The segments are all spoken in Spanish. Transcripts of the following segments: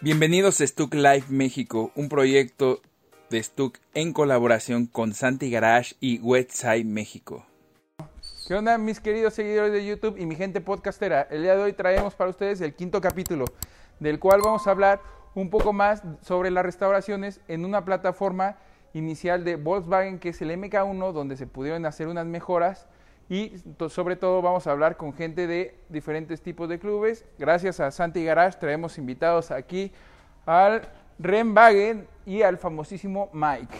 Bienvenidos a Stuck Live México, un proyecto de Stuck en colaboración con Santi Garage y Website México. ¿Qué onda mis queridos seguidores de YouTube y mi gente podcastera? El día de hoy traemos para ustedes el quinto capítulo, del cual vamos a hablar un poco más sobre las restauraciones en una plataforma inicial de Volkswagen que es el MK1, donde se pudieron hacer unas mejoras y to- sobre todo vamos a hablar con gente de diferentes tipos de clubes. Gracias a Santi Garage traemos invitados aquí al Ren Wagen y al famosísimo Mike.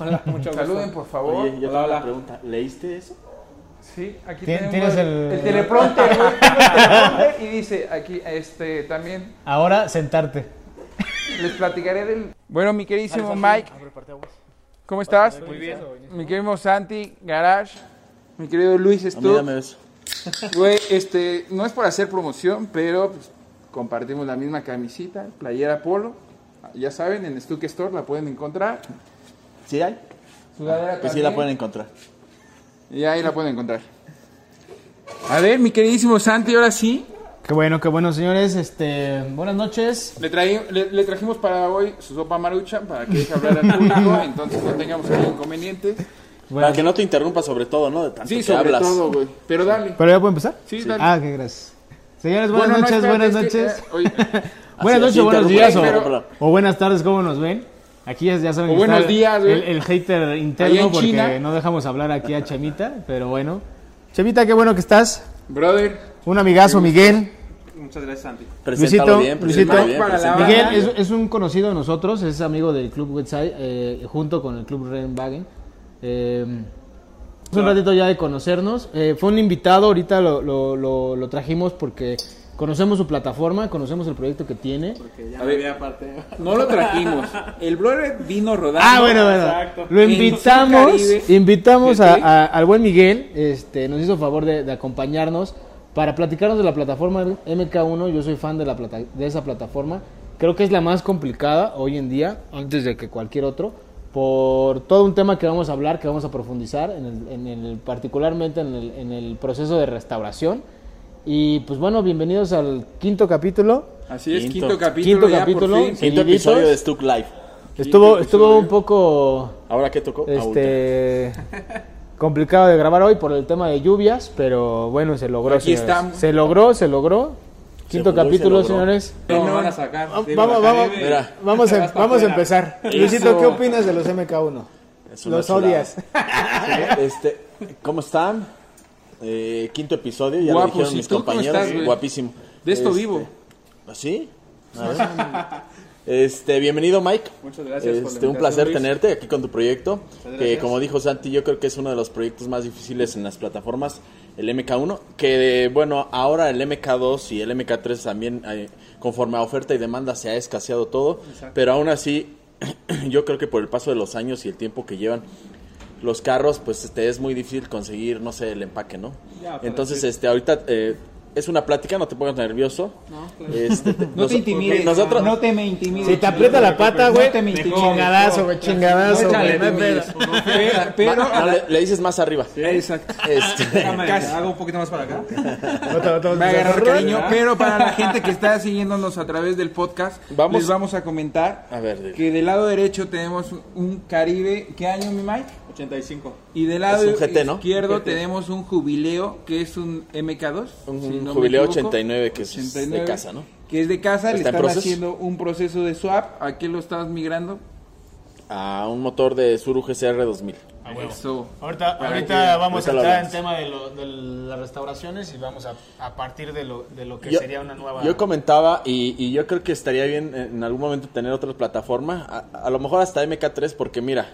Hola, mucho gusto. Saluden por favor. Oye, Hola, yo tengo hola. una pregunta. ¿Leíste eso? Sí, aquí Tien- tenemos tienes el, el- el teleprompter, güey, tengo el teleprompter y dice aquí este también Ahora sentarte. les platicaré del Bueno, mi queridísimo Mike, ¿cómo estás? Muy bien. Mi querido Santi Garage, mi querido Luis A mí Stu. dame eso. Güey, este, no es por hacer promoción, pero pues, compartimos la misma camisita, playera polo. Ya saben, en Stuck Store la pueden encontrar. ¿Sí hay? Sudadera Pues sí la también. pueden encontrar. Y ahí la pueden encontrar. A ver, mi queridísimo Santi, ahora sí, Qué bueno, qué bueno, señores. Este, buenas noches. Le, traí- le- le trajimos para hoy su sopa marucha para que deje hablar al público, entonces no tengamos ahí inconvenientes. Bueno, Ah, Para que no te interrumpa sobre todo, ¿no? De tanto Sí, que sobre hablas. todo, güey. Pero dale. ¿Pero ya puedo empezar? Sí, dale. Ah, qué gracias. Señores, buenas Bueno, no, noches, espérate, buenas es que, noches. eh, oye, Buenas así noches, buenos interrumpe, días o, pero- pero- o buenas tardes, ¿cómo nos ven? Aquí ya, ya saben O que buenos está días, güey. el, el hater Allá en interno porque China. no dejamos hablar aquí a Chemita, pero bueno. Chemita, qué bueno que estás. brother, Un amigazo, Miguel. Muchas gracias, Santi. Preséntalo Luisito, bien, Luisito. preséntalo bien. Para la preséntalo banda. bien. Miguel es, es un conocido de nosotros, es amigo del Club Westside, eh, junto con el Club Renwagen. Eh, es un ratito ya de conocernos. Eh, fue un invitado, ahorita lo, lo- lo- lo trajimos porque conocemos su plataforma, conocemos el proyecto que tiene. a ver, aparte. no lo trajimos. El brother vino rodando. Ah, bueno, bueno. Exacto. Lo En invitamos, Caribe. invitamos a- Ok. a- al buen Miguel, este, nos hizo favor de, de acompañarnos para platicarnos de la plataforma MK1. Yo soy fan de, la plata- de esa plataforma. Creo que es la más complicada hoy en día, antes de que cualquier otro, por todo un tema que vamos a hablar, que vamos a profundizar, en el- en el- particularmente en el, en el proceso de restauración. Y pues bueno, bienvenidos al quinto capítulo. Así es, quinto, Quinto- capítulo. quinto ya por capítulo. fin. Quinto Seguiditos. episodio de Stuck Live. Estuvo, episodio. estuvo un poco ¿Ahora qué tocó? Ahorita. este complicado de grabar hoy por el tema de lluvias, pero bueno, se logró. Aquí señores. estamos. Se logró, se logró. Quinto logró y se capítulo, logró. señores. No, van a sacar. Vamos, sí, vamos, Caribe. vamos, Mira. vamos a, em- vamos a empezar. Eso. Luisito, ¿qué opinas de los MK1? Es una Los chulada. odias. Este, ¿Cómo están? Eh, quinto episodio, ya Guapos, lo dijeron ¿y mis tú cómo compañeros. estás, güey? Guapísimo. De esto Este, vivo. ¿Sí? A ver. Este, bienvenido Mike. Muchas gracias por la Este, un invitación, placer Luis. tenerte aquí con tu proyecto, que gracias. como dijo Santi, yo creo que es uno de los proyectos más difíciles en las plataformas, el MK1, que bueno, ahora el MK2 y el MK3 también eh, conforme a oferta y demanda se ha escaseado todo, pero aún así yo creo que por el paso de los años y el tiempo que llevan los carros, pues este es muy difícil conseguir, no sé, el empaque, ¿no? Ya, para Entonces, decir. este ahorita eh, es una plática, no te pongas nervioso. Este, te- No nos- te intimides. Nosotros, No te me intimides. Si te aprieta la pata, güey, No te me intimides. chingadazo, güey, chingadazo, No te me güey, no hay intimides. pedo. Pero, No, pero- no, le, le dices más arriba. Exacto. Este, Déjame, hago un poquito más para acá. Otra- otra- Me va a agarrar otra- cariño, pero para la gente que está siguiéndonos a través del podcast, Vamos- les vamos a comentar A ver, dile. que del lado derecho tenemos un Caribe. ¿Qué año, mi Mike? 85. Y del lado Es un GT, ¿no? izquierdo Un GT. tenemos un jubileo que es un MK2. Un si no me Jubileo equivoco. 89, que es de casa, ¿no? Que es de casa, le Está en están proceso. haciendo un proceso de swap. ¿A qué lo estás migrando? a un motor de Suru GCR 2000. Eso. Ah, Ahorita, Para ahorita vamos ahorita lo a entrar en hablamos. tema de, lo- de las restauraciones y vamos a, a partir de lo, de lo que Yo- sería una nueva. Yo comentaba y, y yo creo que estaría bien en algún momento tener otra plataforma, a, a lo mejor hasta MK3, porque mira,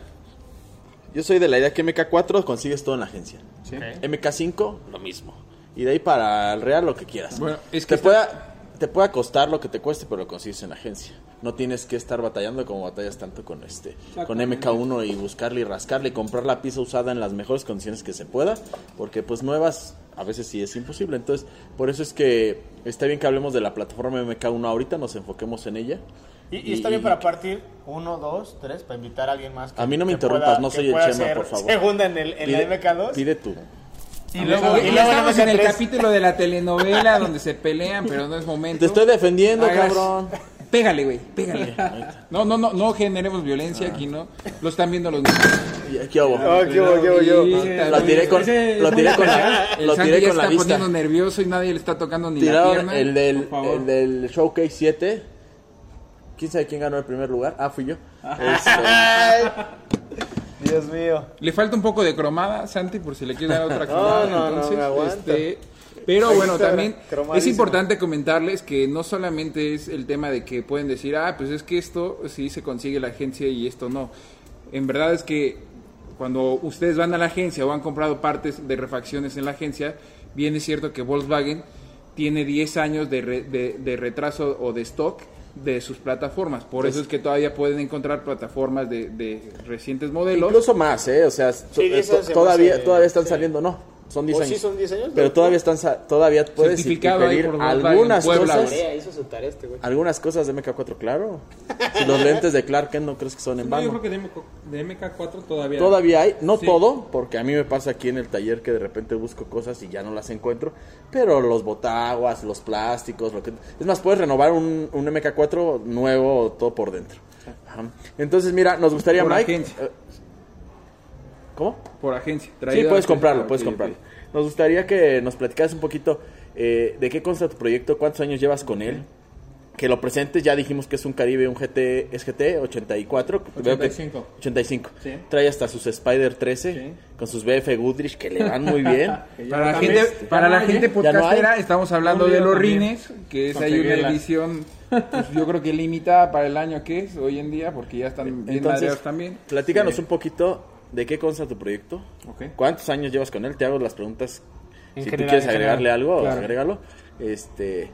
yo soy de la idea que MK4 consigues todo en la agencia, Ok. MK5 lo mismo, y de ahí para el Real lo que quieras. Bueno, es que te, está- pueda, te pueda costar lo que te cueste, pero lo consigues en la agencia. No tienes que estar batallando como batallas tanto con este, con MK1 y buscarle y rascarle y comprar la pieza usada en las mejores condiciones que se pueda, porque pues nuevas a veces sí es imposible. Entonces, por eso es que está bien que hablemos de la plataforma MK1 ahorita, nos enfoquemos en ella. Y, y está bien para partir uno, dos, tres, para invitar a alguien más. A mí no me que interrumpas, no que soy el pueda Chema, ser por favor. Segunda en, el, en la MK2. Pide tú. y luego, y ya luego estamos en la el MK3. capítulo de la telenovela donde se pelean, pero no es momento. Te estoy defendiendo, Hagas- cabrón. Pégale, güey, pégale. No, no, no, no generemos violencia aquí, ¿no? Lo están viendo los niños. Ya, ¿Qué hubo? Ah, qué hubo, qué hubo, qué hubo. Puta, Lo tiré con, Ese- lo tiré con la, El lo Santi tiré ya con la está vista. poniendo nervioso y nadie le está tocando ni la Tiraron pierna. el del, por favor. el del Showcase 7. ¿Quién sabe quién ganó el primer lugar? Ah, fui yo. Este, Dios mío. Le falta un poco de cromada, Santi, por si le quiere dar otra cromada. no, no, entonces, me aguanta. este, pero Ahí bueno, está, también es cromadísimo. importante comentarles que no solamente es el tema de que pueden decir, ah, pues es que esto sí se consigue la agencia y esto no. En verdad es que cuando ustedes van a la agencia o han comprado partes de refacciones en la agencia, bien es cierto que Volkswagen tiene 10 años de, re- de- de retraso o de stock de sus plataformas. Por eso es que todavía pueden encontrar plataformas de, de recientes modelos. incluso más, ¿eh? O sea, to- Sí, diez to- años se todavía, me hace- todavía están sí. saliendo, no. Son 10 ¿O años. sí son 10 años? Pero todavía están, sa- todavía puedes Certificado ahí pedir por Volkswagen, algunas Puebla, cosas. güey. hizo su tarea este güey. Algunas cosas de MK4, claro. Si los lentes de Clark Kent no crees que son en No, yo creo vano. que de, MK, de MK4 todavía. Todavía hay, no Sí. todo, porque a mí me pasa aquí en el taller que de repente busco cosas y ya no las encuentro, pero los botaguas, los plásticos, lo que... Es más, puedes renovar un, un MK4 nuevo, todo por dentro. Ajá. Entonces, mira, nos gustaría, Por Mike... agencia. eh, ¿Cómo? Por agencia. Sí, traído puedes a- comprarlo, Ah, puedes ok, ok. comprarlo. Nos gustaría que nos platicaras un poquito eh, de qué consta tu proyecto, cuántos años llevas con él, que lo presentes. Ya dijimos que es un Caribe, un GT, es GT 84. Veo que- 85. 85. Sí. Trae hasta sus Spider 13 Sí. con sus BF Goodrich que le van muy bien. Que ya Para la no gente, cambies. para Ya la no hay, gente ¿eh? podcastera, hay. estamos hablando de Un los lío también. rines, que es ahí una Conseguirlas. edición, pues, yo creo que limitada para el año que es hoy en día, porque ya están bien Entonces, madreados también. platícanos un poquito de qué consta tu proyecto, Ok. cuántos años llevas con él. Te hago las preguntas. En si general, tú quieres en agregarle general. algo, Claro. agrégalo. Este,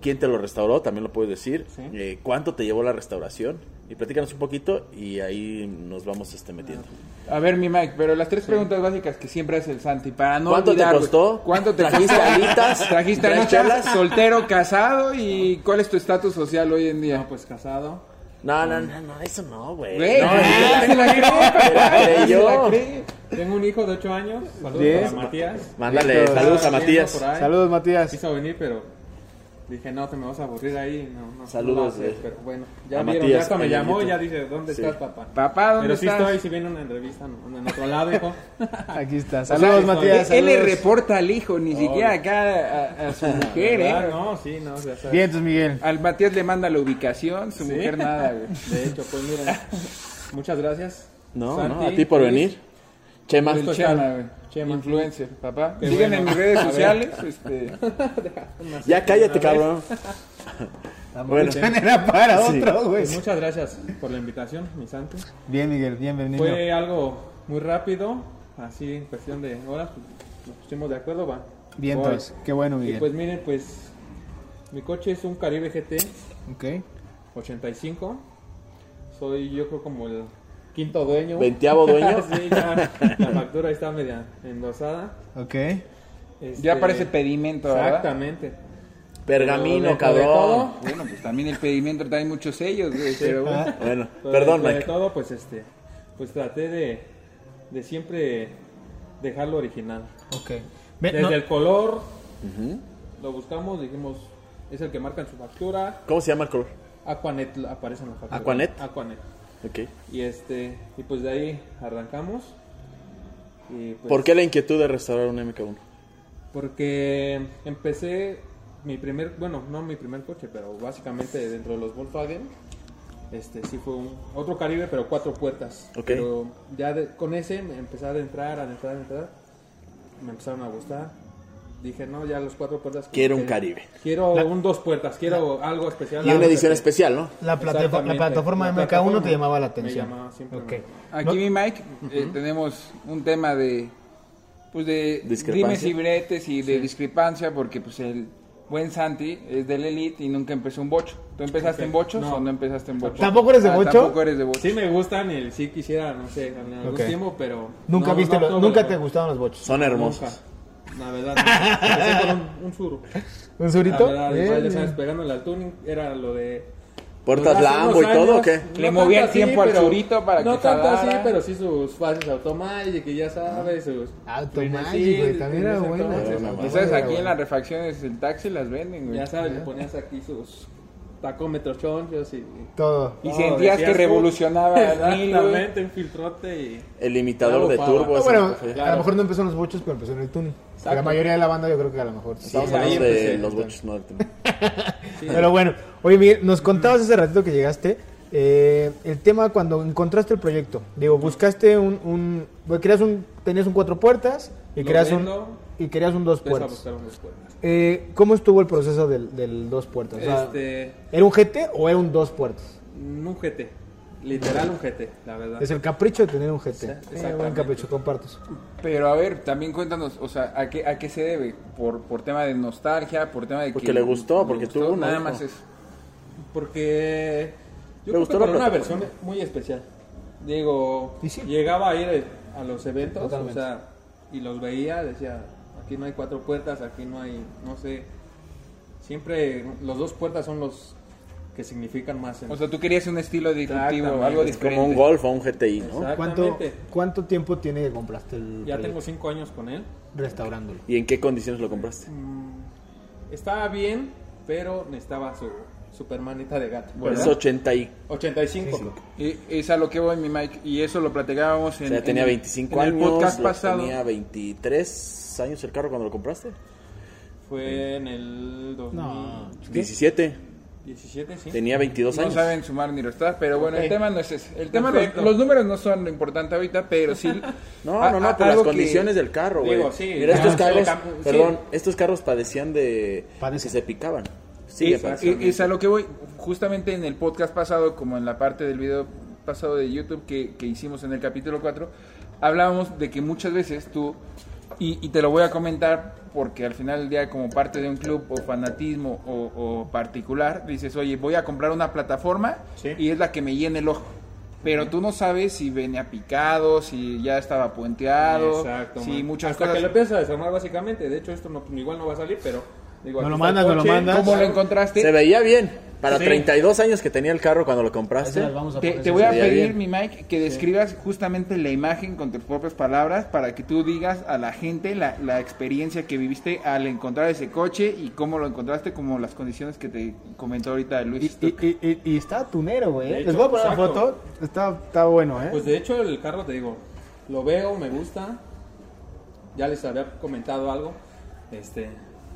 ¿Quién te lo restauró? También lo puedes decir. Eh, ¿Cuánto te llevó la restauración? Y platícanos un poquito y ahí nos vamos este, metiendo. A ver, mi Mike, pero las tres preguntas básicas que siempre hace el Santi, para no ¿Cuánto te olvidar, costó? ¿Cuánto te ¿Trajiste costó? alitas? ¿Trajiste ¿Traes alitas? chelas? ¿Soltero, casado? ¿Y cuál es tu estatus social hoy en día? No, pues casado. No, no, no, no, eso no, güey. Güey, Ah, No, ya se la cree, creí ya se la yo. cree. Tengo un hijo de 8 años. Saludos Diez. para Matías. Mándale Esto- saludos a Está Matías. viendo por ahí. Saludos, Matías. Quiso venir, pero dije, no, te me vas a aburrir ahí. No, no, Saludos, no lo haces, eh. Pero bueno, ya A vieron, Matías, ya hasta me el llamó y amiguito. ya dice, ¿dónde Sí. estás, papá? Papá, ¿dónde Pero sí estás? estoy, si viene una entrevista no, en otro lado, hijo. Aquí Pues está. O sea, Saludos, Matías. Él le saludos. reporta al hijo, ni siquiera acá a, a- a su mujer, ¿eh? Claro, no, sí, no, o sea, sabes. Bien, entonces, Miguel. Al Matías le manda la ubicación, su Sí. mujer nada, güey. De hecho, pues miren, muchas gracias. No, Santi, no, a ti por Luis. venir. Pues, Chema, El Chema, güey. Chema. Influencer, papá. Qué Síganme en bueno. mis redes A ver. sociales. este, ya cállate, cabrón. Bueno, Era para otro, güey. Pues muchas gracias por la invitación, mi santo. Bien, Miguel, bienvenido. Fue algo muy rápido, así en cuestión de horas, pues, nos pusimos de acuerdo, va. Bien, Voy. entonces. Qué bueno, Y Miguel. pues miren, pues mi coche es un Caribe GT Ok. 85. Soy yo creo como el quinto dueño. veinteavo dueño. Sí, ya, la factura está media endosada. Ok. Este, ya parece pedimento, ¿verdad? Exactamente. Pergamino, Pero de- de cabrón. todo, Bueno, pues también el pedimento trae muchos sellos, güey. Pero bueno. Bueno, Pero perdón, dentro de Mike. todo, pues este, pues traté de, de siempre dejarlo original. Ok. Ve- Desde no- el color, lo buscamos, dijimos, es el que marca en su factura. ¿Cómo se llama el color? Aquanet aparece en la factura. ¿Aquanet? Aquanet. Ok. Y este, y pues de ahí arrancamos. Y pues, ¿Por qué la inquietud de restaurar un MK1? Porque empecé mi primer, bueno, no mi primer coche, pero básicamente dentro de los Volkswagen, este sí fue un, otro Caribe, pero cuatro puertas. Ok. Pero ya de- con ese me empecé a adentrar, a adentrar, a adentrar. Me empezaron a gustar. Dije, no, ya los cuatro puertas. como Quiero un que- Caribe. Quiero un dos puertas, quiero algo especial. Y una algo edición especial. especial, ¿no? La, plata- la Exactamente. plataforma La MK1 te plataforma llamaba la me atención. llamaba siempre. Ok. Aquí, mi Mike, eh, tenemos un tema de. Pues de Discrepancia. dimes y bretes y de discrepancia, porque pues el buen Santi es del Elite y nunca empezó en Bocho. ¿Tú empezaste en Bocho No. o no empezaste en Bocho? ¿Tampoco eres de Bocho? Tampoco eres de Bocho. Sí me gustan y sí quisiera, no sé, en algún Ok. tiempo, pero... Nunca no, viste, no, los- no, nunca pero- te gustaron los bochos. Son hermosos. Nunca. La verdad, no. Empecé con un, un suru. ¿Un zurito? La verdad, Bien, igual ya bien. sabes, pegando la tuning, era lo de... ¿Puertas Hace unos Lambo y todo o qué? años, Le movía el tanto así, tiempo al pero- surito para No que tanto jalara. así, pero sí sus fases automáticas, que ya sabes, sus... Ah, Automagic, frenesí, güey, también era frenesí, buena. entonces, Era una Y sabes, aquí Bueno, en bueno. las refacciones el taxi las venden, güey. Ya sabes, le ponías aquí sus tacómetro chon, yo sí. Todo. Y No, sentías decías que tú, revolucionaba el mil, güey. Exactamente, un filtrote y... El limitador Claro, de pa. turbo. No, ese bueno, que fue. a lo mejor no empezó en los bochos, pero empezó en el tuning. Pues Exacto. La mayoría de la banda yo creo que a lo mejor. sí. Estamos ahí hablando de empecé, los entonces. bochos, no del turbo. Pero bueno, oye Miguel, nos contabas hace ratito que llegaste eh, el tema cuando encontraste el proyecto. Digo, buscaste un, un bueno, querías un tenías un cuatro puertas y Lo querías un vendo. y querías un dos Empieza a puertas. buscar unas cuerdas. Eh, ¿Cómo estuvo el proceso del, del dos puertas? O sea, Este, ¿Era un GT o era un dos puertas? un GT, literal un GT, la verdad. Es el capricho de tener un GT. Es buen Ah. exactamente. capricho, compartes. Pero a ver, también cuéntanos, o sea, ¿a qué, a qué se debe? ¿Por, por tema de nostalgia? ¿Por tema de Porque que le gustó, porque tuvo uno, Nada dijo. más eso. Porque Me yo creo gustó que la para una plataforma. versión muy especial. Digo, Y sí. llegaba a ir eh, a los eventos, Totalmente. o sea, y los veía, decía, aquí no hay cuatro puertas, aquí no hay, no sé. Siempre los dos puertas son los que significan más. En... O sea, tú querías un estilo disruptivo, Exactamente. algo Es diferente. Como un Golf o un GTI, ¿no? Exacto. ¿Cuánto, Exactamente. ¿Cuánto tiempo tiene que compraste el ya tengo proyecto? cinco años con él. restaurándolo? ¿Y en qué condiciones lo compraste? Estaba bien, pero necesitaba su, su permanita de gato. Es 80 y... 85. Y- eh, es a lo que voy, mi Mike, y eso lo platicábamos en, o sea, en tenía el- 25 en años. el podcast lo- pasado. Tenía 23 años el carro cuando lo compraste. Fue en el 2017, 17. sí. Tenía 22 No años. saben sumar ni restar, pero bueno, el Ok. tema no es ese. El tema, los, Perfecto. los números no son lo importante ahorita, pero sí. No, Ah, a- no, no, a- por las algo que- condiciones del carro, güey. Digo, sí, Mira, ya, estos se le carros, cam- perdón, estos carros padecían de Padecen. que se picaban. Sí, Sí, es, es a lo que voy. Justamente en el podcast pasado, como en la parte del video pasado de YouTube que, que hicimos en el capítulo 4, hablábamos de que muchas veces tú, y, y te lo voy a comentar porque al final del día como parte de un club o fanatismo o, o particular, dices, oye, voy a comprar una plataforma y es la que me llene el ojo. Pero tú no sabes si venía picado, si ya estaba puenteado, Exacto, si man. muchas Hasta que lo cosas. empiezas a desarmar básicamente. De hecho, esto no, igual no va a salir, pero... Digo, No aquí lo está el mandas, no lo coche. mandas. ¿Cómo lo encontraste? Se veía bien. Para 32 años que tenía el carro cuando lo Así compraste. las vamos a Te, poner te voy a sería pedir, bien. mi Mike, que describas justamente la imagen con tus propias palabras para que tú digas a la gente la, la experiencia que viviste al encontrar ese coche y cómo lo encontraste, como las condiciones que te comentó ahorita Y, Luis. y, y- y- y estaba tunero, güey. De Les hecho, voy a poner la exacto. foto. Está, está bueno, ¿eh? Pues de hecho, el carro, te digo, lo veo, me gusta. Ya les había comentado algo. Este,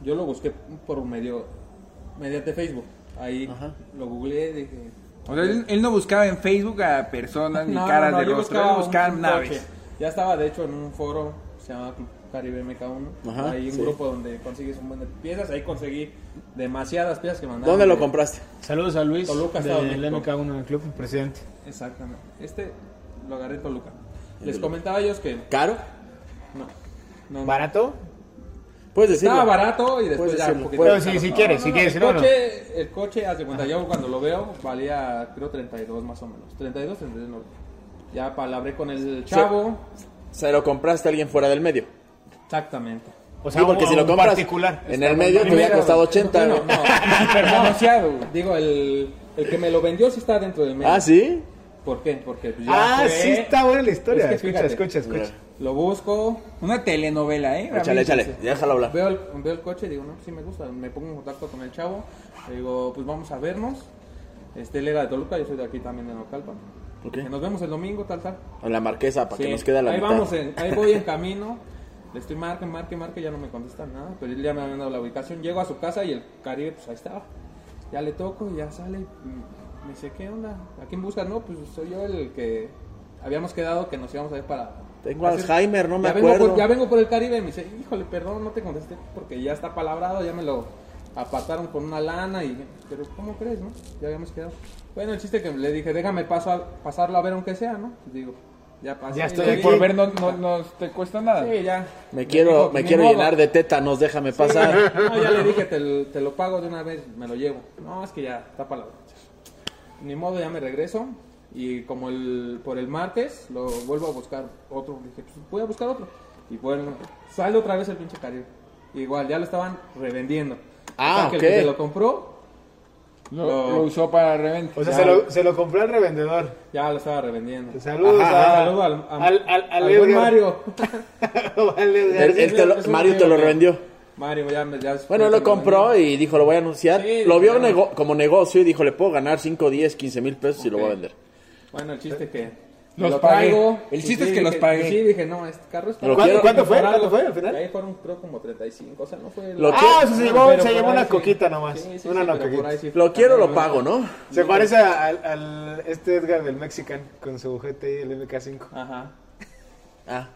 yo lo busqué por medio... Mediante Facebook. Ahí lo googleé, dije... O sea, él, él no buscaba en Facebook a personas ni No, caras no, de yo rostro, él un buscaba coche. naves. Ya estaba, de hecho, en un foro, se llama Club Caribe MK1. Ajá, hay un sí. grupo donde consigues un buen de piezas. Ahí conseguí demasiadas piezas que mandaron. ¿Dónde lo de- compraste? Saludos a Luis Toluca, Estado de del México. MK1 del club, presidente. Exactamente. Este lo agarré en Toluca. Les Toluca. comentaba a ellos que no. ¿Caro? no, no. ¿Barato? Puedes decirlo. Estaba barato y después Puedes ya decirlo, un poquito. puedes más caro. decirlo. Si quieres, si quieres, El si no, no. coche, el coche, haz de cuenta, yo cuando lo veo, valía, creo, 32 más o menos. 32, 32. no. Ya palabré con el chavo. Se lo compraste a alguien fuera del medio. Exactamente. O Sí, porque un- si un lo compras particular. en el medio pues te hubiera Primero, costado 80. bueno, güey. no, Anunciado, güey. Digo, el, el que me lo vendió sí está dentro de mí. ¿Ah, sí? ¿Por qué? Porque pues, ya Ah, fue, sí, está buena la historia. Es que escucha, fíjate. escucha, escucha. Lo busco, Una telenovela, ¿eh? Échale, échale. Déjalo hablar. veo el, veo el coche, digo, no, sí me gusta. Me pongo en contacto con el chavo. le Digo, pues vamos a vernos. Este, él era de Toluca, yo soy de aquí también de Nocalpa. Ok. Que Nos vemos el domingo, tal, tal. A la marquesa, para que Sí, nos quede a la ahí mitad. vamos, en- ahí voy en camino. Le estoy marque, marque, marque, ya no me contesta nada. Pero él ya me habían dado la ubicación. Llego a su casa y el Caribe, pues ahí estaba. Ya le toco, ya sale. mm, Me dice, ¿qué onda? ¿A quién buscas? No, pues soy yo el que habíamos quedado que nos íbamos a ir para. Tengo Alzheimer, no me ya vengo acuerdo. por- ya vengo por el Caribe. Y me dice, híjole, perdón, no te contesté porque ya está palabrado, ya me lo apartaron con una lana. y Pero, ¿cómo crees, no? Ya habíamos quedado. Bueno, el chiste que le dije, déjame paso a- pasarlo a ver aunque sea, ¿no? Digo, ya pasé. Ya y estoy lo aquí. vi. Por ver, no, no, no te cuesta nada. Sí, ya. Me quiero, dijo, me "Ni quiero modo". llenar de tétanos, déjame pasar. No, ya le dije, te, lo- te lo pago de una vez, me lo llevo. No, es que ya, está para la brocha. Ni modo, ya me regreso. Y como el, por el martes, lo vuelvo a buscar otro. Dije, pues voy a buscar otro. Y bueno, sale otra vez el pinche Caribe. Igual, ya lo estaban revendiendo. Ah, O sea, que el ok. que se lo compró, Lo, No. lo usó para reventa. O sea, se lo, se lo compró al revendedor. ya lo estaba revendiendo. Saludos Ah, a- saludo al, a- al, al, al al buen Edgar. Mario. Al Edgar. Él- él te lo- es un Mario te amigo lo mío. revendió. Mario ya, me- ya Bueno, lo compró y dijo, lo voy a anunciar. Sí, lo vio claro. nego- como negocio y dijo, le puedo ganar 5, 10, 15 mil pesos y lo voy a Ok. vender. Bueno, el chiste que Los lo pagué. traigo. El chiste Y es que los dije- pagué. Sí, dije, no, este carro está... Lo Por quiero- ¿Cuánto fue? algo. ¿Cuánto fue al final? Ahí fueron, creo, como 35, o sea, no fue... Lo la- quiero- Ah, se llevó, Pero se por llevó ahí una sí. coquita nomás. Sí, sí, sí, una pero por coquita. ahí sí fue Lo quiero, lo también, pago, ¿no? Se parece a- al, al- este Edgar del Mexican con su GTI el MK5. Ajá, Ah,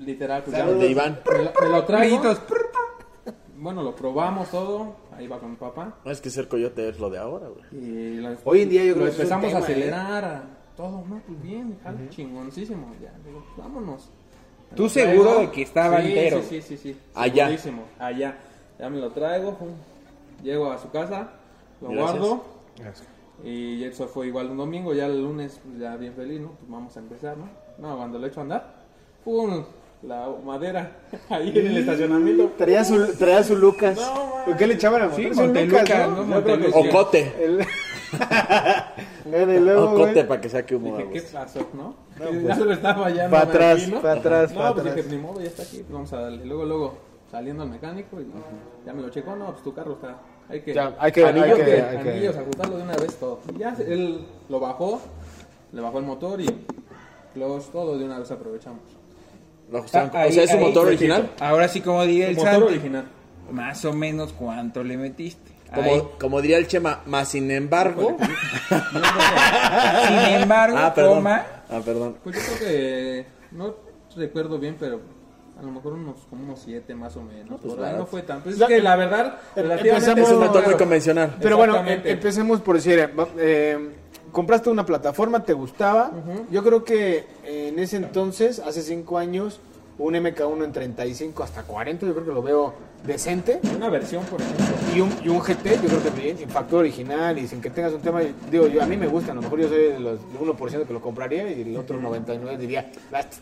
literal. pues, el de Iván. Me lo, me lo traigo. Amiguitos. Bueno, lo probamos todo. Ahí va con mi papá. No es que ser coyote es lo de ahora, güey. Y lo- Hoy en día yo Eh, lo creo que es un empezamos tema, a acelerar. a Todo, ¿no? Pues bien, jala, chingoncísimo. Ya, digo, vámonos. ¿Tú Lo seguro traigo. de que estaba Sí, entero? Sí, sí, sí. sí. Allá. Segurísimo, Allá. Ya me lo traigo. pum. Llego a su casa. Lo Gracias. guardo. Y eso fue igual un domingo. Ya el lunes, pues, ya bien feliz, ¿no? Pues vamos a empezar, ¿no? No, cuando lo echo a andar. ¡Pum! La madera. Ahí en el estacionamiento. Traía su, traía su Lucas. No, man. ¿Por qué le echaban a Sí, motor? Monteluca, ¿no? Yo creo que Monteluca. sí. Ocote. El- Bueno, y Eh, luego, güey, Ocote para que saque humo. Dije, güey. ¿qué pasó, no? ya se lo estaba ya. pues, Pa' atrás, pa' atrás, No, pa' pues atrás. dije, ni modo, ya está aquí, pues vamos a darle. Luego, luego, saliendo al mecánico, y no, ya me lo checó, no, pues tu carro está. Hay que, Ya, hay que- hay anillos, que- de- hay que- anillos, ajustarlo de una vez todo. Y ya se- él lo bajó, le bajó el motor y close todo de una vez aprovechamos. Lo ajustaron. o sea, es su Ahí, ahí, motor perfecto. original. Ahora sí, como diría El el motor Santi, original. más o menos cuánto le metiste. Ahí. Como, como diría el Chema, más sin embargo. Sin embargo, Ah, perdón. coma, Ah, perdón. Pues yo creo que no recuerdo bien, pero a lo mejor unos como unos siete más o menos. pues, por ahí no barato. fue tanto. Es Ya- que la verdad, relativamente em, empezamos- Es un No, motor muy caro. convencional. Pero bueno, em- Exactamente. empecemos por decir, eh, va- eh, compraste una plataforma, te gustaba. Yo creo que eh, en ese entonces, hace 5 años, un MK1 en 35 hasta 40, yo creo que lo veo decente. Una versión, por ejemplo. Y un, y un GT, yo creo que bien, sin factor original y sin que tengas un tema. Digo, yo a mí me gusta, a lo mejor yo soy de los del 1% que lo compraría y el otro 99 diría, "Ah, este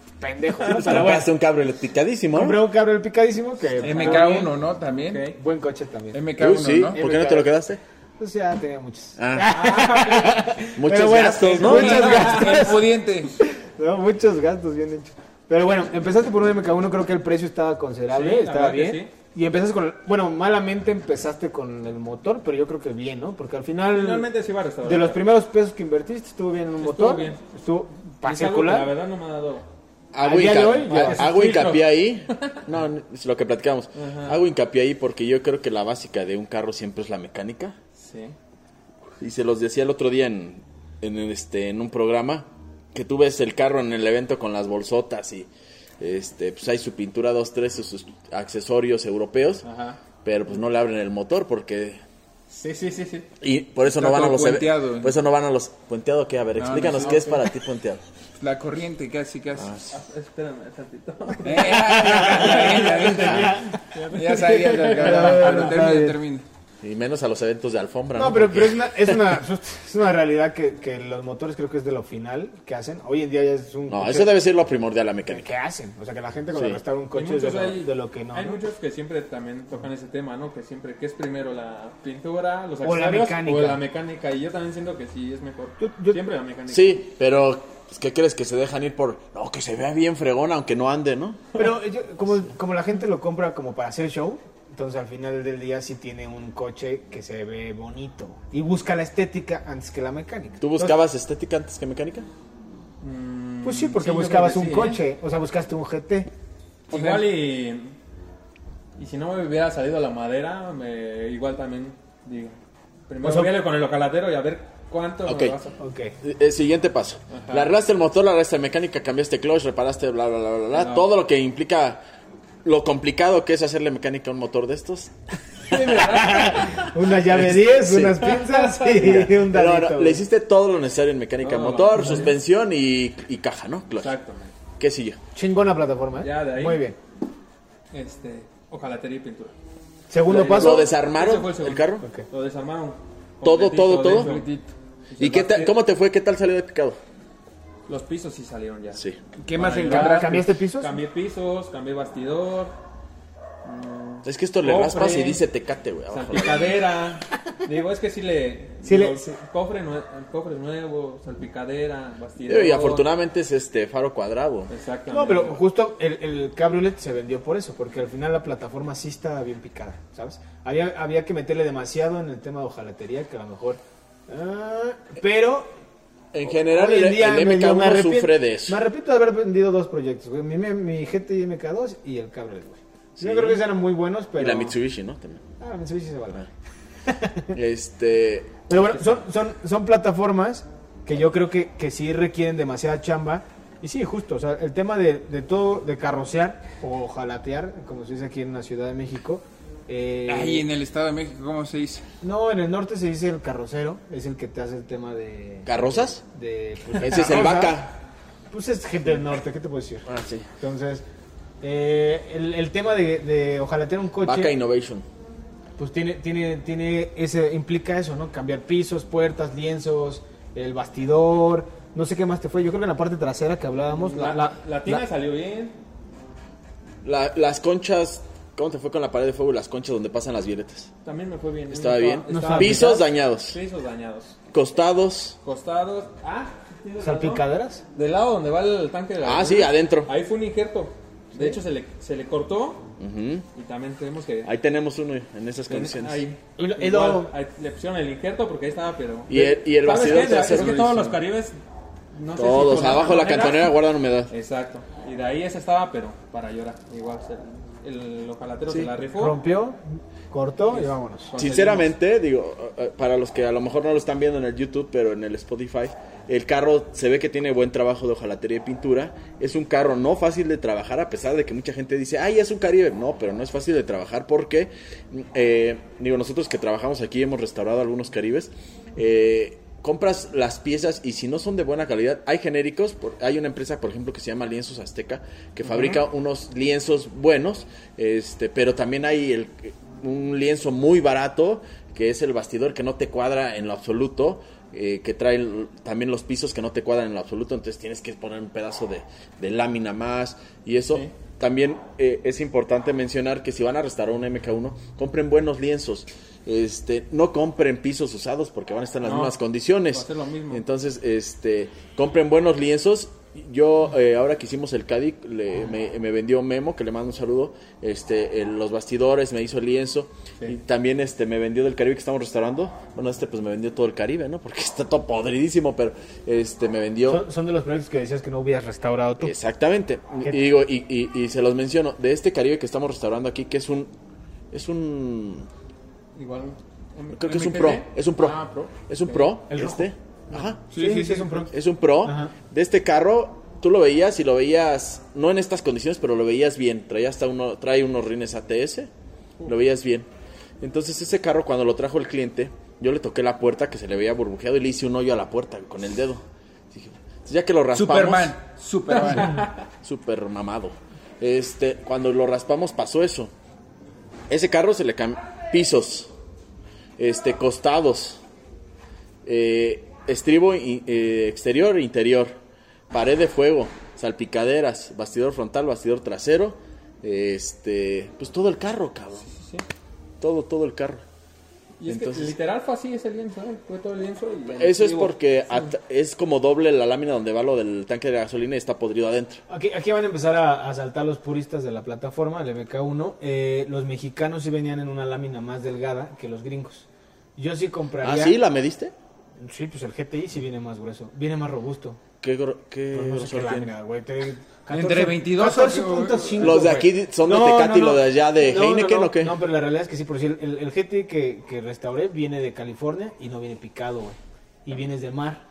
pendejo. ¿no? Pero bueno, Compraste un cabriolet picadísimo. compré ¿eh? un cabrón picadísimo que. MK1, ¿no? También. Ok. Buen coche Eh. también. MK1, Uy, sí. ¿no? ¿Por qué no te lo quedaste? Pues ya tenía muchos. Ah. Pero Muchos bueno, gastos, ¿no? muchas Ah, gracias. el pudiente. No, muchos gastos, bien hecho. Pero bueno, empezaste por un MK1, creo que el precio estaba considerable, Sí, la estaba verdad que bien. Y empezaste con, bueno, malamente empezaste con el motor, pero yo creo que bien, ¿no? Porque al final, Finalmente sí va a restaurar. de los primeros pesos que invertiste, estuvo bien en un Estuvo motor. bien. Estuvo para Es algo que La circular. verdad no me ha dado. Hago, Al día de hinca- hoy, ya. ha- hago hincapié ahí. No, no, es lo que platicamos. Hago hincapié ahí porque yo creo que la básica de un carro siempre es la mecánica. Sí. Y se los decía el otro día en, en, este, en un programa que tú ves el carro en el evento con las bolsotas y este, pues hay su pintura 2-3, sus accesorios europeos, Ah. Ajá. pero pues no le abren el motor porque... Sí, sí, sí, sí. Y por eso Está no van a todo los... eve- eh. puenteado. Por eso no van a los... ¿Puenteado qué? A ver, no, explícanos no, qué es para ti puenteado. La corriente, casi, casi. Ah, espérame tantito. Eh, ya, ya, ya, ya, ya sabía lo que hablaba, pero termina, termina. Y menos a los eventos de alfombra. No, pero, Porque- pero es, una, es, una, es una realidad que, que los motores creo que es de lo final que hacen. Hoy en día ya es un No, coche eso debe ser lo primordial, la que, mecánica. que hacen. O sea, que la gente cuando Sí. restaura un Hay coche es de muchos lo, ahí- de lo que no. Hay ¿no? muchos que siempre también tocan ese tema, ¿no? Que siempre, que es primero la pintura, los O la accesorios mecánica. o la mecánica. Y yo también siento que sí es mejor. Yo- yo- Siempre la mecánica. Sí, pero pues, ¿qué crees? Que se dejan ir por... No, que se vea bien fregón aunque no ande, ¿no? Pero yo- como, como la gente lo compra como para hacer show, entonces al final del día sí tiene un coche que se ve bonito y busca la estética antes que la mecánica. ¿Tú buscabas estética antes que mecánica? Entonces, pues sí, porque Mm, Sí, yo buscabas creo un que sí, ¿eh? coche, o sea, buscaste un GT. Igual y. Y si no me hubiera salido la madera, me, igual también. Digo, primero O sea- viene con el localatero y a ver cuánto Ok. me vas a. Ok. Eh, eh, siguiente paso. Le arreglaste el motor, le arreglaste mecánica, cambiaste clutch, reparaste, bla, bla, bla, bla, bla. Todo lo que implica lo complicado que es hacerle mecánica a un motor de estos. Una llave 10, Este, Sí. unas pinzas y Pero un dadito. ahora, le hiciste todo lo necesario en mecánica, Todo lo motor, necesario. suspensión y, y caja, ¿no? Clutch. Exactamente. ¿Qué siguió? Chingona plataforma, ¿eh? Ya, de ahí. Muy bien. Este, ojalatería y pintura. Segundo Lo- ¿Lo paso. Ese desarmaron fue segundo. el carro? Ok. Lo desarmaron. Todo, todo, todo. completito. ¿Y qué tal- cómo te fue? ¿Qué tal salió de picado? Los pisos sí salieron ya. Sí. ¿Qué más Ahí va. encontraste? ¿Cambiaste pisos? Cambié pisos, cambié bastidor. mm, Es que esto le Cofre. raspas y dice tecate, güey. abajo. Salpicadera. Digo, es que sí le. Sí le- los- Cofre, nue- cofre nuevo, salpicadera, bastidor. Y afortunadamente es este faro cuadrado. Exactamente. No, pero justo el, el cabriolet se vendió por eso, porque al final la plataforma sí estaba bien picada, ¿sabes? Había, había que meterle demasiado en el tema de hojalatería, que a lo mejor... ah, pero En general, hoy en el, día el medio MK1 arrepiento- sufre de eso. Me arrepiento de haber vendido dos proyectos, güey. Mi, mi GTI MK2 y el cabriolet, güey. Sí. Yo creo que eran muy buenos, pero... Y la Mitsubishi, ¿no? También. Ah, la Mitsubishi se vale. Este. Pero bueno, son, son, son plataformas que yo creo que, que sí requieren demasiada chamba. Y sí, justo, o sea, el tema de, de todo, de carrocear o jalatear, como se dice aquí en la Ciudad de México. eh, Ay, en el Estado de México, ¿cómo se dice? No, en el norte se dice el carrocero, es el que te hace el tema de... ¿Carrozas? de pues, de Ese es el carroza. vaca. Pues es gente del norte, ¿qué te puedo decir? Ah, sí. Entonces, eh, el, el tema de, de ojalatear un coche... Vaca Innovation. pues tiene, tiene, tiene ese, implica eso, ¿no? Cambiar pisos, puertas, lienzos, el bastidor, no sé qué más te fue. Yo creo que en la parte trasera que hablábamos, la, La, la, la tina la- salió bien. La- las conchas. ¿Cómo te fue con la pared de fuego y las conchas donde pasan las violetas? También me fue bien. Estaba Estaba- bien. estaba- Pisos dañados. Pisos dañados. Costados. Costados. Ah, tienes razón. salpicaderas. Del lado donde va el tanque de la Ah, sí, adentro. Ahí fue un injerto. De hecho, se le, se le cortó. Ujú. Y también tenemos que. Ahí tenemos uno en esas condiciones. Ahí. Y lo- y Igual, lo- ahí le pusieron el injerto porque ahí estaba, pero. Y el- y el ¿Sabes bastidor qué? Es trasero que lo todos hizo. los caribes. No sé si Todos. por Abajo la cantonera guardan humedad. Exacto. Y de ahí esa estaba, pero para llorar. Igual, se- el, los jalateros se la rifó. Rompió, cortó y vámonos. Conseguimos- Sinceramente, digo, eh, eh, para los que a lo mejor no lo están viendo en el YouTube, pero en el Spotify, el carro se ve que tiene buen trabajo de hojalatería y pintura. Es un carro no fácil de trabajar, a pesar de que mucha gente dice, ay, es un Caribe. No, pero no es fácil de trabajar porque, mm, eh, digo, nosotros que trabajamos aquí hemos restaurado algunos Caribes. eh, compras las piezas y si no son de buena calidad, hay genéricos, por- hay una empresa por ejemplo que se llama Lienzos Azteca que fabrica unos lienzos buenos, este, pero también hay el, un lienzo muy barato que es el bastidor que no te cuadra en lo absoluto. eh, que trae el- también los pisos que no te cuadran en lo absoluto, entonces tienes que poner un pedazo de, de lámina más y eso. También eh, es importante mencionar que si van a restaurar un MK1, compren buenos lienzos. Este, no compren pisos usados porque van a estar en las No. mismas condiciones. Va a ser lo mismo. Entonces, este, compren buenos lienzos. Yo, eh, ahora que hicimos el Cádiz, le- me, me vendió Memo, que le mando un saludo, este, el- los bastidores, me hizo el lienzo, y también este, me vendió del Caribe que estamos restaurando, bueno, este pues me vendió todo el Caribe, ¿no? Porque está todo podridísimo, pero este, me vendió... Son, son de los proyectos que decías que no hubieras restaurado tú. Exactamente. ¿Qué? Y digo, y, y- y se los menciono, de este Caribe que estamos restaurando aquí, que es un... Es un... Igual. M- Creo que es un MTV. pro. Es un pro. Ah, pro. Es un pro. El rojo. Ah. este. Ajá. Sí, sí, sí, es un pro. Es un pro. Ajá. De este carro, tú lo veías y lo veías, no en estas condiciones, pero lo veías bien. Traía hasta uno, trae unos rines ATS. Uh. Lo veías bien. Entonces ese carro cuando lo trajo el cliente, yo le toqué la puerta que se le veía burbujeado y le hice un hoyo a la puerta con el dedo. Dije, ya que lo raspamos. Superman, Superman. Super mamado. Este, cuando lo raspamos pasó eso. Ese carro se le cambió pisos, este, costados, eh, estribo i- eh, exterior e interior, pared de fuego, salpicaderas, bastidor frontal, bastidor trasero, este, pues todo el carro, cabrón. Sí. Todo, todo el carro. Y es Entonces- que literal fue así ese lienzo, ¿eh? Fue todo el lienzo. y el Eso es estribo. porque at- es como doble la lámina donde va lo del tanque de gasolina y está podrido adentro. Aquí, aquí van a empezar a, a saltar los puristas de la plataforma, el MK1. Eh, los mexicanos sí venían en una lámina más delgada que los gringos. Yo sí ¿Ah, compraría... sí? ¿La mediste? Sí, pues el GTI sí viene más grueso, viene más robusto. ¿Qué, gro- qué Pues no sé qué grosor tiene? lámina, güey, te- Entre 22 14.5, Los de güey. aquí son de Tecate y los de allá de Heineken, no, ¿o qué? No, pero la realidad es que sí, por si el, el, el GT que, que restauré viene de California y no viene picado, güey. Y vienes de mar.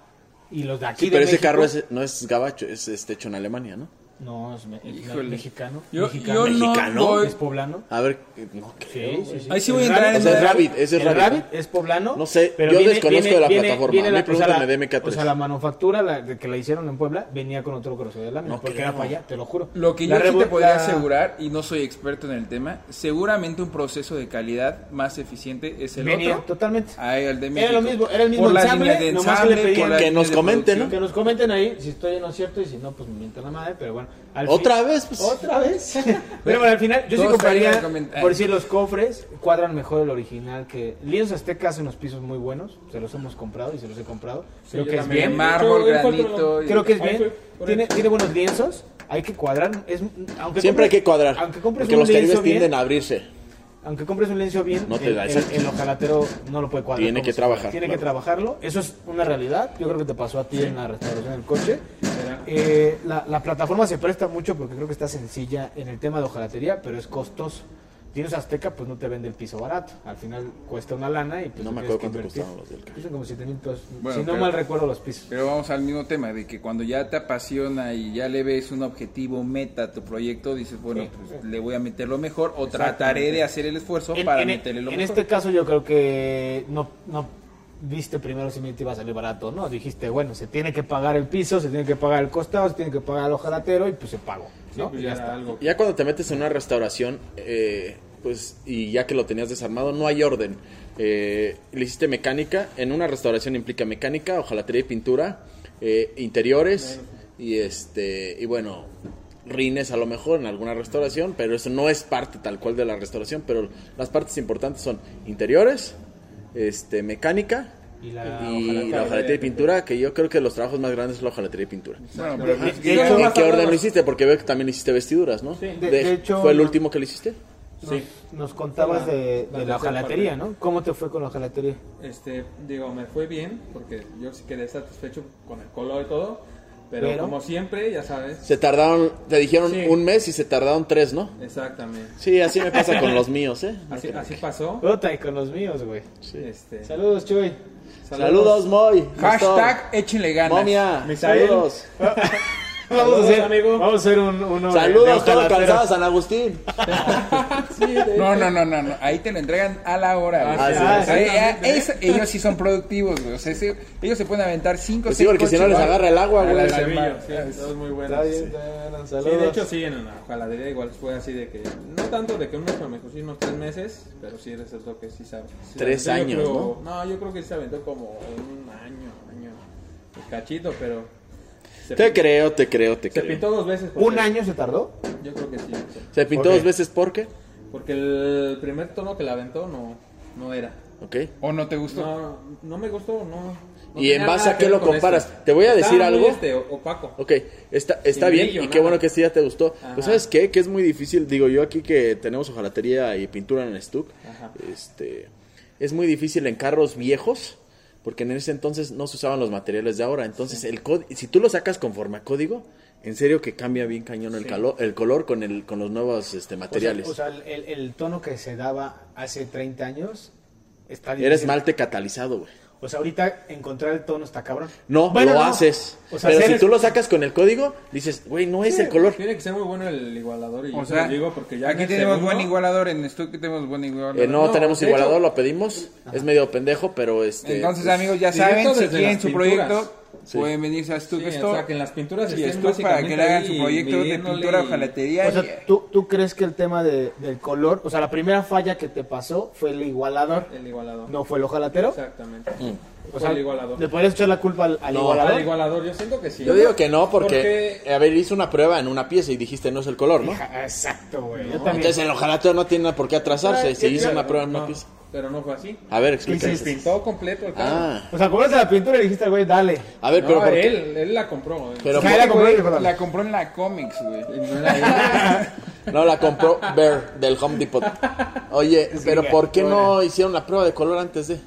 Y los de aquí Sí, de pero ese México- carro es- no es gabacho, es este, hecho en Alemania, ¿no? No, es me- es Híjole. mexicano. Yo, mexicano. yo no Mexicano. voy- ¿Es poblano? A ver, eh, no, ¿qué? Sí, sí, sí. Ahí sí ¿El voy a Rabbit? entrar O en sea, es la- Rabbit, ese es el Rabbit. Rabbit es poblano. No sé, yo desconozco de la plataforma. A mí o sea, pregúntame la- de MK3. O sea, la manufactura la- de que la hicieron en Puebla venía con otro grosor de lámina. No porque creo. era para allá, te lo juro. Lo que La yo sí revo- te podría la- asegurar, y no soy experto en el tema, seguramente un proceso de calidad más eficiente es el Venía otro. totalmente. Ah, el de Era México. lo mismo, era el mismo Por la ensamble, línea de nomás que le ensamble, pedían por la que línea nos de comenten, producción. Que nos comenten ahí si estoy en lo cierto y si no, pues me mientan la madre, pero bueno. al fin- ¿Otra vez? Pues, ¿Otra vez? Pero bueno, al final, yo sí Todos compraría, salían comentando. por decir, los cofres cuadran mejor el original que... Lienzo Azteca hace unos pisos muy buenos, se los hemos comprado y se los he comprado. Creo yo que es también. De bien, Yo- mármol, yo encuentro- granito. y- creo que es Ahí bien. fue, por Tiene, ahí. tiene buenos lienzos, hay que cuadrar. Es, aunque siempre hay compres- que cuadrar. Aunque compres Porque un los lienzo caribes bien, tienden a abrirse. aunque compres un lienzo bien, No te el, da el, ese- el ojalatero no lo puede cuadrar. Tiene como que si- trabajar, Tiene que claro. trabajarlo. Eso es una realidad. Yo creo que te pasó a ti en la restauración del coche. Eh, la, la plataforma se presta mucho porque creo que está sencilla en el tema de hojalatería, pero es costoso. Tienes Azteca, pues no te vende el piso barato. Al final cuesta una lana y pues No tú me tienes acuerdo cuánto que invertir. costaban los del carro. Dicen como 7 mil pesos. Bueno, si no pero- mal recuerdo los pisos. Pero vamos al mismo tema, de que cuando ya te apasiona y ya le ves un objetivo, meta a tu proyecto, dices, bueno, pues, le voy a meter lo mejor o trataré de hacer el esfuerzo En, para en- meterle lo en mejor. este caso yo creo que no, no viste primero si me iba a salir barato, ¿no? Dijiste, bueno, se tiene que pagar el piso, se tiene que pagar el costado, se tiene que pagar el ojalatero y pues se pagó, ¿no? pues Y ya ya está. algo. Ya cuando te metes en una restauración, eh, pues, y ya que lo tenías desarmado, no hay orden. Eh, le hiciste mecánica, en una restauración implica mecánica, ojalatería y pintura, eh, interiores, y este, y bueno, rines a lo mejor en alguna restauración, pero eso no es parte tal cual de la restauración, pero las partes importantes son interiores, este, mecánica, Y y la la, hojalatería. hojalatería y pintura, que yo creo que los trabajos más grandes es la hojalatería y pintura. Bueno, pero pues, de ¿En hecho- qué orden lo hiciste? Porque veo que también hiciste vestiduras, ¿no? Sí. De- de hecho, ¿Fue el no. último que le hiciste? Nos, nos contabas de, La- la de Ah, la tercera hojalatería, parte. ¿no? ¿Cómo te fue con la hojalatería? Este, digo, me fue bien porque yo sí quedé satisfecho con el color y todo, pero, Pero- como siempre, ya sabes. Se tardaron, te dijeron Sí. un mes y se tardaron tres, ¿no? Exactamente. Sí, así me pasa con los míos, ¿eh? Así, así pasó. Puta, y con los míos, güey. Este, Saludos, Chuy. Saludos, Moy. hashtag échenle Pastor. ganas. Momia. Misael. Saludos. Vamos a Saludos, hacer, amigo. Vamos a hacer un, uno de- de Saludos, todo hojalateros. cansado, San Agustín. No, no, no, no, no, ahí te lo entregan a la hora. güey. Ah, sí. O sea, exactamente. eh, es- ellos sí son productivos, güey. O sea, ese- ellos se pueden aventar cinco Pues sí, porque si no les agarra el agua, güey. El barbillo, sí, todo es muy bueno. Está bien, Sí. está bien, Sí, de saludos. hecho sí, en la jaladería igual fue así de que, no tanto de que unos me sí, unos tres meses, pero sí es cierto que sí sabe. sí Tres sabe. Yo años, creo- ¿no? yo creo que sí se aventó como un año, año, un cachito, pero... Se, Te pin- creo, te creo, te se creo. pintó dos veces. porque- ¿Un año se tardó? Yo creo que sí, sí. Se pintó Ok. dos veces porque. porque el primer tono que la aventó no, no era. Ok. ¿O no te gustó? No, no me gustó, no... no ¿Y en tenía base nada a que qué lo ver con comparas? esto. Te voy a Estaba decir muy, algo. este, o- opaco. Ok, está, está Sin bien brillo, y qué bueno nada. que este ya te gustó. Ajá. Pues sabes qué, que es muy difícil, digo yo aquí que tenemos hojalatería y pintura en Stuck, Ajá. este, es muy difícil en carros viejos, porque en ese entonces no se usaban los materiales de ahora, entonces el código, si tú lo sacas conforme a código, en serio que cambia bien cañón el, calor, el color con, el, con los nuevos este, materiales. O sea, o sea, el, el tono que se daba hace 30 años está Eres difícil. malte catalizado, güey. O sea, Pues ahorita encontrar el tono está cabrón. No, Bueno, lo no. haces. O sea, pero si si eres- tú lo sacas con el código, dices, güey, no es el color. Tiene que ser muy bueno el igualador y yo O se sea, lo digo porque ya en aquí el tenemos segundo- buen igualador, en Stuck tenemos buen igualador. Eh, no, No, tenemos de igualador, hecho- lo pedimos. Es medio pendejo, pero este. Entonces, pues, amigos, ya directo saben, si desde quieren las su pinturas. proyecto, Sí. pueden venirse a Sí, Stuck o Store. sea, que en las pinturas y estén Stuck para que le básicamente hagan su ahí proyecto de midiéndole pintura, y- hojalatería. O y- sea, ¿tú, tú crees que el tema de- del color, o sea, la primera falla que te pasó fue el igualador, El igualador. no fue el ojalatero? Exactamente. O sea, el igualador. ¿le podrías echar la culpa al, al No, igualador? Al igualador, yo siento que sí. Yo digo que no, porque, eh, A ver, hice una prueba en una pieza y dijiste no es el color, ¿no? Exacto, güey. Yo también. Entonces el ojalatero no tiene por qué atrasarse. Si hice una prueba en una no, pieza. Pero no fue así. A ver, Y se explícame. pintó completo el carro. Ah, O sea, compraste la pintura y dijiste, güey, dale. a ver, No, pero. ¿por qué? él, él la compró. eh. Pero- O sea, la compró y Güey, dijo, dale. la compró en la Comics, güey. No era él. No, la compró Bear del Home Depot. Oye, pero ¿por qué no hicieron la prueba de color antes de.?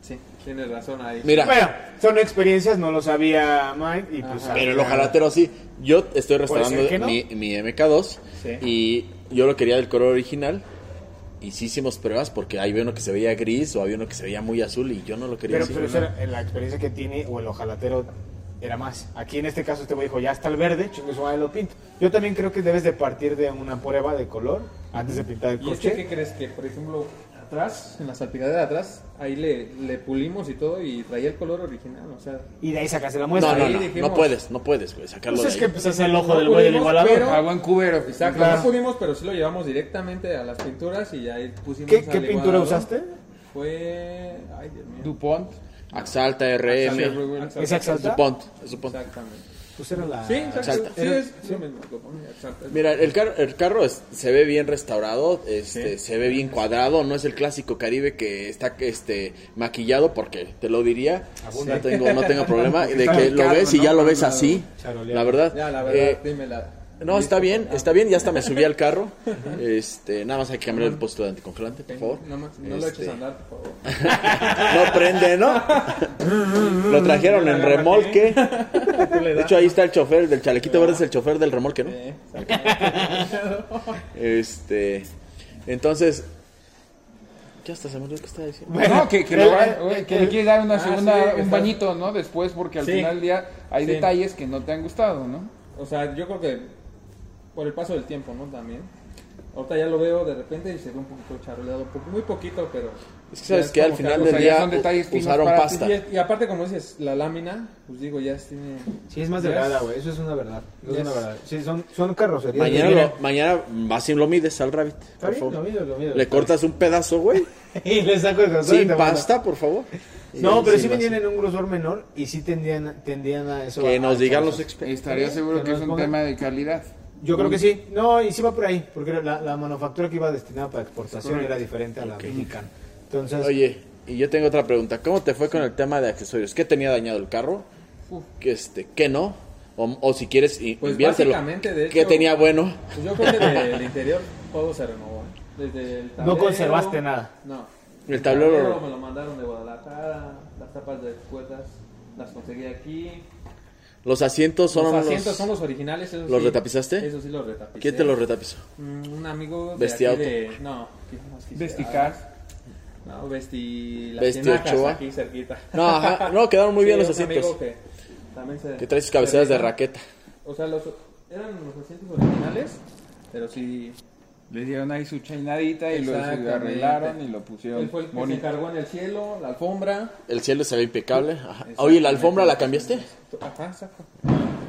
sí, tienes razón ahí. Mira, Bueno, son experiencias, no lo sabía Mike. Y pues, pero el lo ojalatero sí. Yo estoy restaurando ser que no. mi, mi MK2 Sí. y yo lo quería del color original. Y sí hicimos pruebas porque había uno que se veía gris o había uno que se veía muy azul y yo no lo quería Pero, así. pero esa era la experiencia que tiene, o el ojalatero era más. Aquí en este caso este güey dijo, ya está el verde, chingue su madre, lo pinto. Yo también creo que debes de partir de una prueba de color antes de pintar el ¿Y este qué coche. crees que, por ejemplo, atrás, en la salpicadera de atrás, ahí le, le pulimos y todo y traía el color original? O sea, Y de pues ahí sacaste la no, muestra. no, ahí no, dijimos- no puedes, no puedes, güey, sacarlo Pues es de que ahí. pues, es el ojo No del güey del pudimos, igualador. Ah, pero- A buen cubero. Exacto, Claro. no pudimos, pero sí lo llevamos directamente a las pinturas y ya ahí pusimos. ¿Qué, al qué pintura igualador. usaste? Fue. Ay, Dios mío. DuPont. Axalta, Axel RM, Ruegel. ¿Esa exalta? Supont, Supont. Exactamente. Pues era la... Sí, exacto. Exacto. Sí, es lo mismo, lo ponía, exacto. Mira, el, car- el carro es- se ve bien restaurado, este, se ve bien cuadrado, no es el clásico Caribe que está este, maquillado, porque te lo diría, no tengo, no tengo problema, de está que muy lo caro, ves y ¿no? ya lo ves Claro, así, charoleado. la verdad. Ya, la eh, verdad, dímela. no, está bien, está bien, ya hasta me subí al carro. Este, nada más hay que cambiar el puesto de anticongelante, por favor. No, más, no lo Este, eches a andar, por favor. no prende, ¿no? Lo trajeron en remolque. De hecho, ahí está el chofer del chalequito verde, es el chofer del remolque, ¿no? Este. Entonces. Ya hasta se me olvidó qué estaba diciendo. No, que, que, lo van- eh, que le quieres dar una ah, segunda, sí, un está- bañito, ¿no? Después, porque al Sí. final del día hay Sí. detalles que no te han gustado, ¿no? O sea, yo creo que por el paso del tiempo, ¿no? También. Ahorita ya lo veo de repente y se ve un poquito charoleado, po- muy poquito, pero... Es que sabes ya que al como final algo- del o sea, ya día son detalles u- finos usaron para ti. pasta. Y, y aparte, como dices, la lámina, pues digo, ya tiene... Sí, es más Ya delgada, es- güey. Eso es una verdad. Eso Ya es una es- verdad. Sí, son, son carrocerías. Mañana, Mira, lo, mañana así lo mides al rabbit. Está Por bien, lo favor. mido, lo mido. Le cortas un pedazo, güey. y le saco el grosor. y Sin te mando. pasta, por favor. No, Y pero sin sí venían pasta. en un grosor menor y sí tendían, tendían a eso. Que a- nos a- digan los expertos. Estaría seguro que que es nos un pongan- tema de calidad. Yo creo que sí. No, y sí va por ahí, porque era la, la manufactura que iba destinada para exportación era diferente a la mexicana. Entonces, Oye, y yo tengo otra pregunta. ¿Cómo te fue con el tema de accesorios? ¿Qué tenía dañado el carro? ¿Qué, este, qué no? O, o si quieres, i- Pues inviértelo. básicamente, de ¿Qué hecho- tenía bueno? Pues yo creo que del interior todo se renovó. ¿eh? Desde el tablero, conservaste nada. No. El tablero- me lo mandaron de Guadalajara, las tapas de cuerdas las conseguí aquí. Los asientos son los unos- asientos son los originales. Eso ¿Los sí. retapizaste? Eso sí los retapicé. ¿Quién te los retapizó? Mm, Un amigo de ¿Vestiauto? aquí de... No, ¿qué más quisiera? Desticar. No, vesti... Las ¿Vesti tinajas, Ochoa? Aquí cerquita. No, ajá. No, quedaron muy bien los es un asientos. amigo Que, también se, Que traes sus cabeceras se de rifa. raqueta. O sea, los, eran los asientos originales, pero sí... Le dieron ahí su chainadita y lo Exactamente. arreglaron y lo Él pusieron fue el que se bonito. encargó en el cielo, la alfombra. El cielo se ve impecable. Ajá. Oye, ¿la alfombra la cambiaste? Ajá, exacto.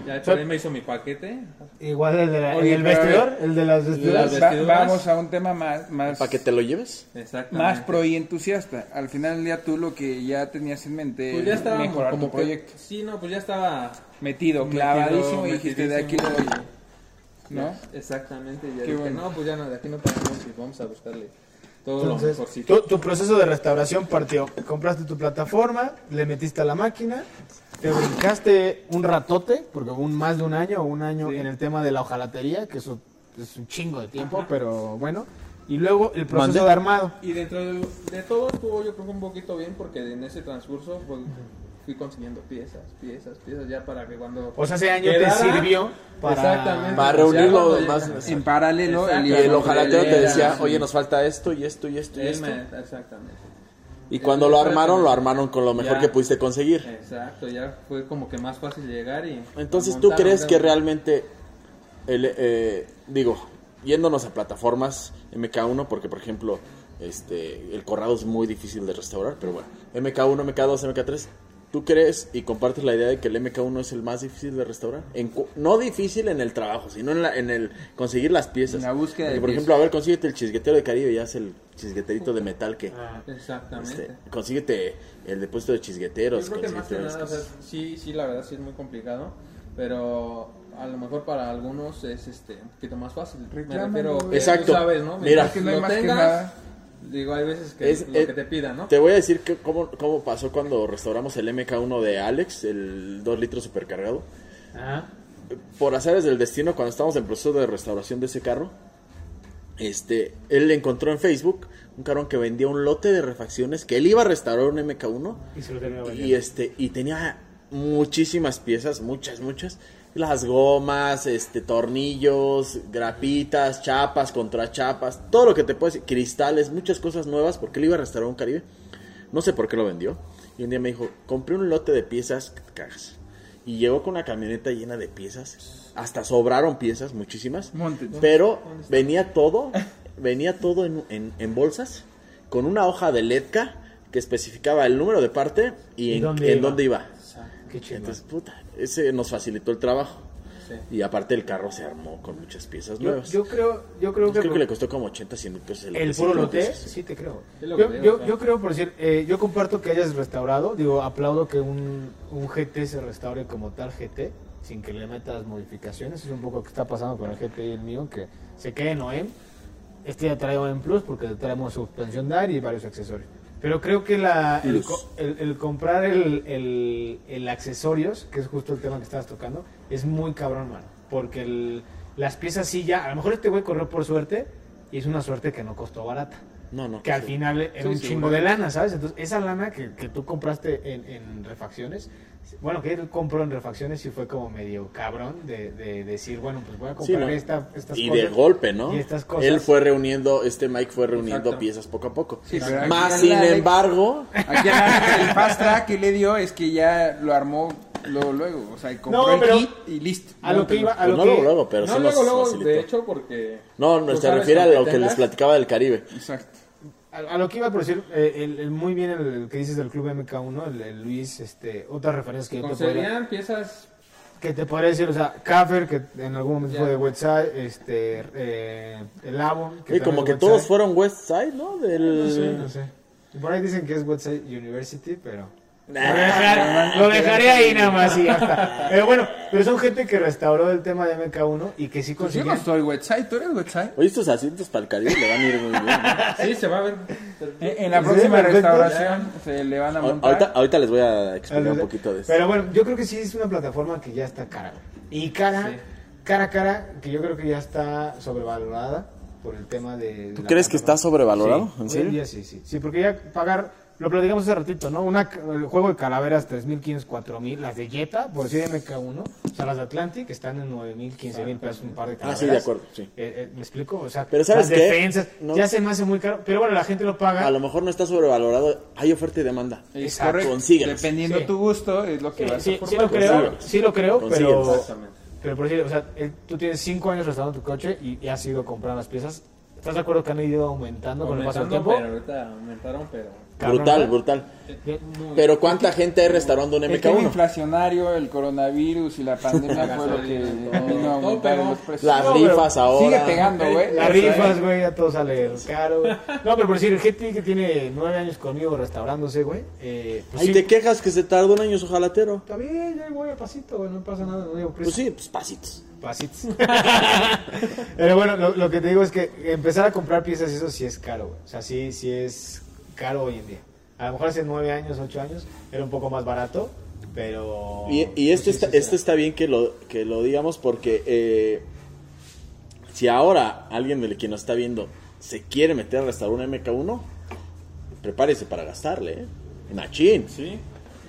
Ya por ahí me hizo mi paquete. Igual el, de la- Oye, el pero a ver. vestidor, el de las vestiduras. Las Va- vestiduras. vamos a un tema más, más, ¿Para que te lo lleves? Exactamente. más pro y entusiasta. Al final del día tú lo que ya tenías en mente Pues ya es estaba mejorar como tu proyecto. proyecto. Sí, no, pues ya estaba Metido, metido, clavadísimo y dijiste de aquí metidísimo. lo doy", ¿No? Exactamente. Y ya Qué dije, bueno. no, pues ya no, de aquí no paramos y vamos a buscarle todo lo Entonces, mejorcito. tu, tu proceso de restauración partió. Compraste tu plataforma, le metiste a la máquina, te brincaste un ratote, porque un más de un año o un año en el tema de la hojalatería, que eso es un chingo de tiempo, pero bueno. Y luego el proceso de armado. Y dentro de, de todo estuvo yo creo que un poquito bien porque en ese transcurso pues, fui consiguiendo piezas, piezas, piezas ya para que cuando... O sea, ese año quedara- te sirvió para... Exactamente. pues Para Ya reunirlo cuando ya- más- En paralelo, el Exacto. Y Iván el ojalatero te Era- decía, oye, nos falta esto y esto y esto y Él esto. me- Exactamente. Y cuando lo armaron, lo armaron con lo mejor Ya. que pudiste conseguir. Exacto, ya fue como que más fácil llegar y... Entonces, lo ¿tú montaron, crees que creo. realmente, el, eh, digo, yéndonos a plataformas MK1, porque por ejemplo, este, el corrado es muy difícil de restaurar, pero bueno, MK1, MK2, MK3, ¿tú crees y compartes la idea de que el MK1 es el más difícil de restaurar? En cu- no difícil en el trabajo, sino en, la- en el conseguir las En piezas. la búsqueda Porque, de Por ejemplo, a ver, consíguete el chisguetero de Caribe, ya es el chisgueterito de metal que... Ah, Exactamente. este, consíguete el depósito de chisgueteros. Yo creo que más que consíguete nada, o sea, sí, sí, la verdad sí es muy complicado, pero a lo mejor para algunos es este un poquito más fácil. Reclámalo, Me refiero, güey. eh, Exacto. tú sabes, ¿no? Mira. Mientras Que no hay lo más que tengas, nada. Digo, hay veces que Es- lo eh, que te pidan, ¿no? Te voy a decir que cómo, cómo pasó cuando restauramos el MK1 de Alex, el 2 litros supercargado. Ajá. Por azares del destino, cuando estábamos en proceso de restauración de ese carro, este, él encontró en Facebook un carón que vendía un lote de refacciones que él iba a restaurar un MK1 Y se lo terminó y este y tenía muchísimas piezas, muchas, muchas. Las gomas, este, tornillos, grapitas, chapas, contrachapas, todo lo que te puedes, cristales, muchas cosas nuevas, porque él iba a restaurar un Caribe. No sé por qué lo vendió. Y un día me dijo, compré un lote de piezas que te cagas. Y llegó con una camioneta llena de piezas. Hasta sobraron piezas, muchísimas. Montes. Pero venía todo, venía todo en, en- en bolsas, con una hoja de LEDCA que especificaba el número de parte y, ¿Y en, dónde en iba? dónde iba. Qué chingón. Entonces, puta, ese nos facilitó el trabajo. Sí. Y aparte el carro se armó con muchas piezas yo, nuevas. yo creo, yo creo Yo que... creo que le costó como 80, 100 mil pesos. ¿El ese puro carro. lote? Sí, te creo. Sí, Yo, lo creo, yo, claro. yo creo, por decir, eh, yo comparto que hayas restaurado. Digo, aplaudo que un, un GT se restaure como tal GT. sin que le metas modificaciones. Es un poco lo que está pasando con el GTI y el mío, que se quede en OEM. Este ya trae OEM Plus porque traemos suspensión DAR y varios accesorios. Pero creo que la, el, Plus. co- el- el comprar el, el- el accesorios, que es justo el tema que estabas tocando, es muy cabrón, mano. Porque el- las piezas sí ya, a lo mejor este güey corrió por suerte y es una suerte que no costó barata No, no. que al sí. final era Sí, un sí, chingo bueno. de lana, ¿sabes? Entonces, esa lana que, que tú compraste en, en refacciones, bueno, que él compró en refacciones y fue como medio cabrón de, de decir, bueno, pues voy a Sí, comprar ¿no? esta, estas y cosas. de golpe, ¿no? Y estas cosas. Él fue reuniendo, este Mike fue reuniendo Exacto. piezas poco a poco. Sí, pero aquí Más en sin la Alex- embargo, Aquí el, el fast track que le dio es que ya lo armó luego, luego. O sea, compró No, el pero- kit y listo. A lo que iba, a pues lo no que... luego, luego, pero no, sí luego, nos luego, facilitó. de hecho, porque... no, no, tú se sabes refiere a cuando lo que les tengas- platicaba del Caribe. Exacto. A, a lo que iba por decir, eh, el, el muy bien el, el que dices del club MK1, el, el Luis, este, otras referencias que yo te podría, Conseguirían piezas que te podría decir, o sea, Kaffer, que en algún momento Ya. fue de Westside, este, eh, el Avon, Y como que todos fueron West Side, ¿no? Del... No sé, no sé. Por ahí dicen que es Westside University, pero... Lo Nah. dejar- Lo dejaré ahí nada más y ya está. Pero bueno, pero son gente que restauró el tema de MK1 y que sí Pues yo consiguieron. no soy website, tú eres website. Oye, estos asientos para el Caribe le van a ir muy bien. ¿no? Sí, se va a ver. En la Sí, próxima perfecto. restauración se le van a Ahor- montar. Ahorita, ahorita les voy a explicar un poquito de eso. Pero bueno, yo creo que sí es una plataforma que ya está cara. güey. Y cara, Sí. cara, cara, que yo creo que ya está sobrevalorada por el tema de... ¿Tú la crees que está plataforma. sobrevalorado? Sí, ¿En hoy serio? día sí, sí. Sí, porque ya pagar, lo platicamos hace ratito, ¿no? Una, ca- el juego de calaveras 3.500, 4.000, las de Jetta, por decir MK1, o sea, las de Atlantic están en 9.000, 15.000 pesos un par de Ah, calaveras. sí, de acuerdo, sí. Eh, eh, ¿Me explico? O sea, Pero ¿sabes las qué? defensas, No. ya se me hace muy caro, pero bueno, la gente lo paga. A lo mejor no está sobrevalorado. Hay oferta y demanda. Es Exacto. correcto. Consíguelos. Dependiendo Sí. tu gusto, es lo que Sí, vas sí, a sí formar. lo creo, Consíguelos. sí lo creo, Consíguelos. pero, pero por decir, o sea, eh, tú tienes cinco años restaurando tu coche y, y has ido comprando las piezas. ¿Estás de acuerdo que han ido aumentando, con el paso del Aumentando, tiempo? pero ahorita aumentaron, pero... Cabrón, ¿eh? Brutal, ¿verdad? brutal. Yo- Pero ¿cuánta gente hay restaurando un El tema MK1? inflacionario, el coronavirus y la pandemia fue lo que vino a aumentar pegó. los precios. Las No, pero rifas ahora. Sigue pegando, güey. Las O sea, rifas, güey, ya todo sale caro. güey. No, pero por decir, el GT que tiene nueve años conmigo restaurándose, güey. Eh, pues Ahí sí, te quejas que se tardó un año su jalatero. Está bien, ya voy a pasito, güey, no pasa nada, no digo prisa. Pues sí, pues pasitos. Pasitos. Pero bueno, lo, lo que te digo es que empezar a comprar piezas, eso sí es caro, güey. O sea, sí, sí es caro hoy en día. A lo mejor hace nueve años, ocho años, era un poco más barato, pero... Y, y este, pues sí, está, sí, este está bien que lo, que lo digamos porque eh, si ahora alguien de quien nos está viendo se quiere meter a restaurar un MK1, prepárese para gastarle, ¿eh? Machín, Sí,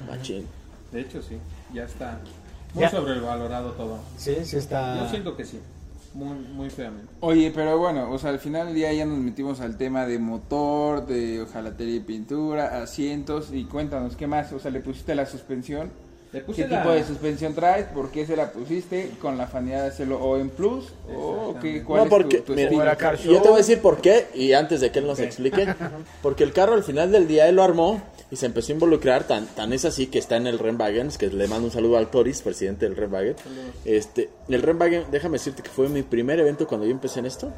machín. de hecho sí, ya está muy Ya. sobrevalorado todo. Sí, sí Yo está... siento que sí, muy, muy feamente. Oye, pero bueno, o sea, al final del día ya nos metimos al tema de motor, de ojalatería y pintura, asientos, y cuéntanos, ¿qué más? O sea, le pusiste la suspensión. Le ¿Qué puse tipo de la... suspensión traes? ¿Por qué se la pusiste? ¿Con la fanidad de hacerlo o en plus? ¿O qué, Exactamente. cuál No, es tu- porque, tu, mira, estilo? Era car show. Yo te voy a decir por qué, y antes de que él nos explique, porque el carro al final del día él lo armó y se empezó a involucrar, tan, tan es así que está en el Rennwagen, que le mando un saludo al Toris, presidente del Rennwagen. Este, el Rennwagen, déjame decirte que fue mi primer evento cuando yo empecé en esto,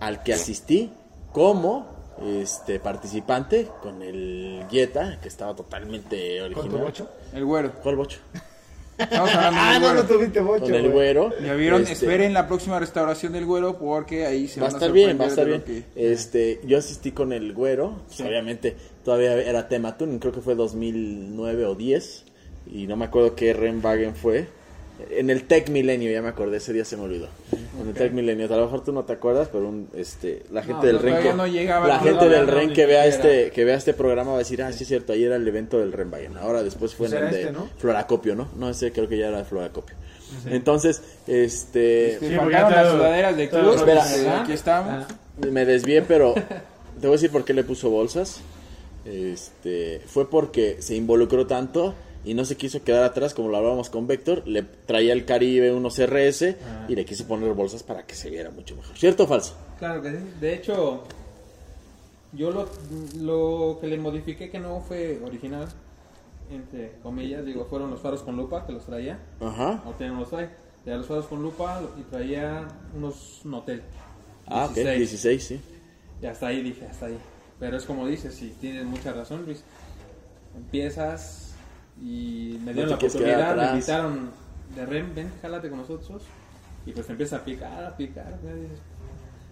al que asistí como este participante con el Jetta, que estaba totalmente ¿Con original. tu bocho? El güero. ¿Cuál bocho? Estamos hablando del Ah, no, güero. no tuviste bocho, Con el güey. güero. Ya vieron, Este, esperen la próxima restauración del güero porque ahí se va a van estar bien, va a sorprender estar de bien. lo que- Este, yo asistí con el güero, pues, obviamente todavía era tema tuning, creo que fue 2009 o 10, y no me acuerdo qué Rennwagen fue. En el Tech Milenio, ya me acordé, ese día se me olvidó. En el Tech Milenio, a lo mejor tú no te acuerdas, pero un, este, la gente del no, REN todavía que, no llegaba, la no gente llegaba, del no, REN ni que vea siquiera. este que vea este programa va a decir, ah, sí es cierto, ayer era el evento del Rennwagen, ahora después fue en Pues el era de este, ¿no? Floracopio, ¿no? No, ese creo que ya era de Floracopio. Entonces, este... Se Sí, porque faltaron ya te- las sudaderas de te- club. espera. eh, Aquí estamos. Me desvié, pero te voy a decir por qué le puso bolsas. Este, fue porque se involucró tanto y no se quiso quedar atrás como lo hablábamos con Vector. Le traía el Caribe unos RS Ah. y le quiso poner bolsas para que se viera mucho mejor. ¿Cierto o falso? Claro que sí, de hecho, yo lo, lo que le modifiqué que no fue original, entre comillas, digo, fueron los faros con lupa que los traía. Ajá. Ahorita ya no los trae. Traía los faros con lupa y traía unos Notel. Ah, ok, 16. 16, sí. Y hasta ahí dije, hasta ahí. Pero es como dices, sí, tienes mucha razón, Luis. Empiezas y No me te dieron la quieres quedar oportunidad, me atrás. invitaron de Rem, ven, jálate con nosotros. Y pues te empieza a picar, a picar. ya dices,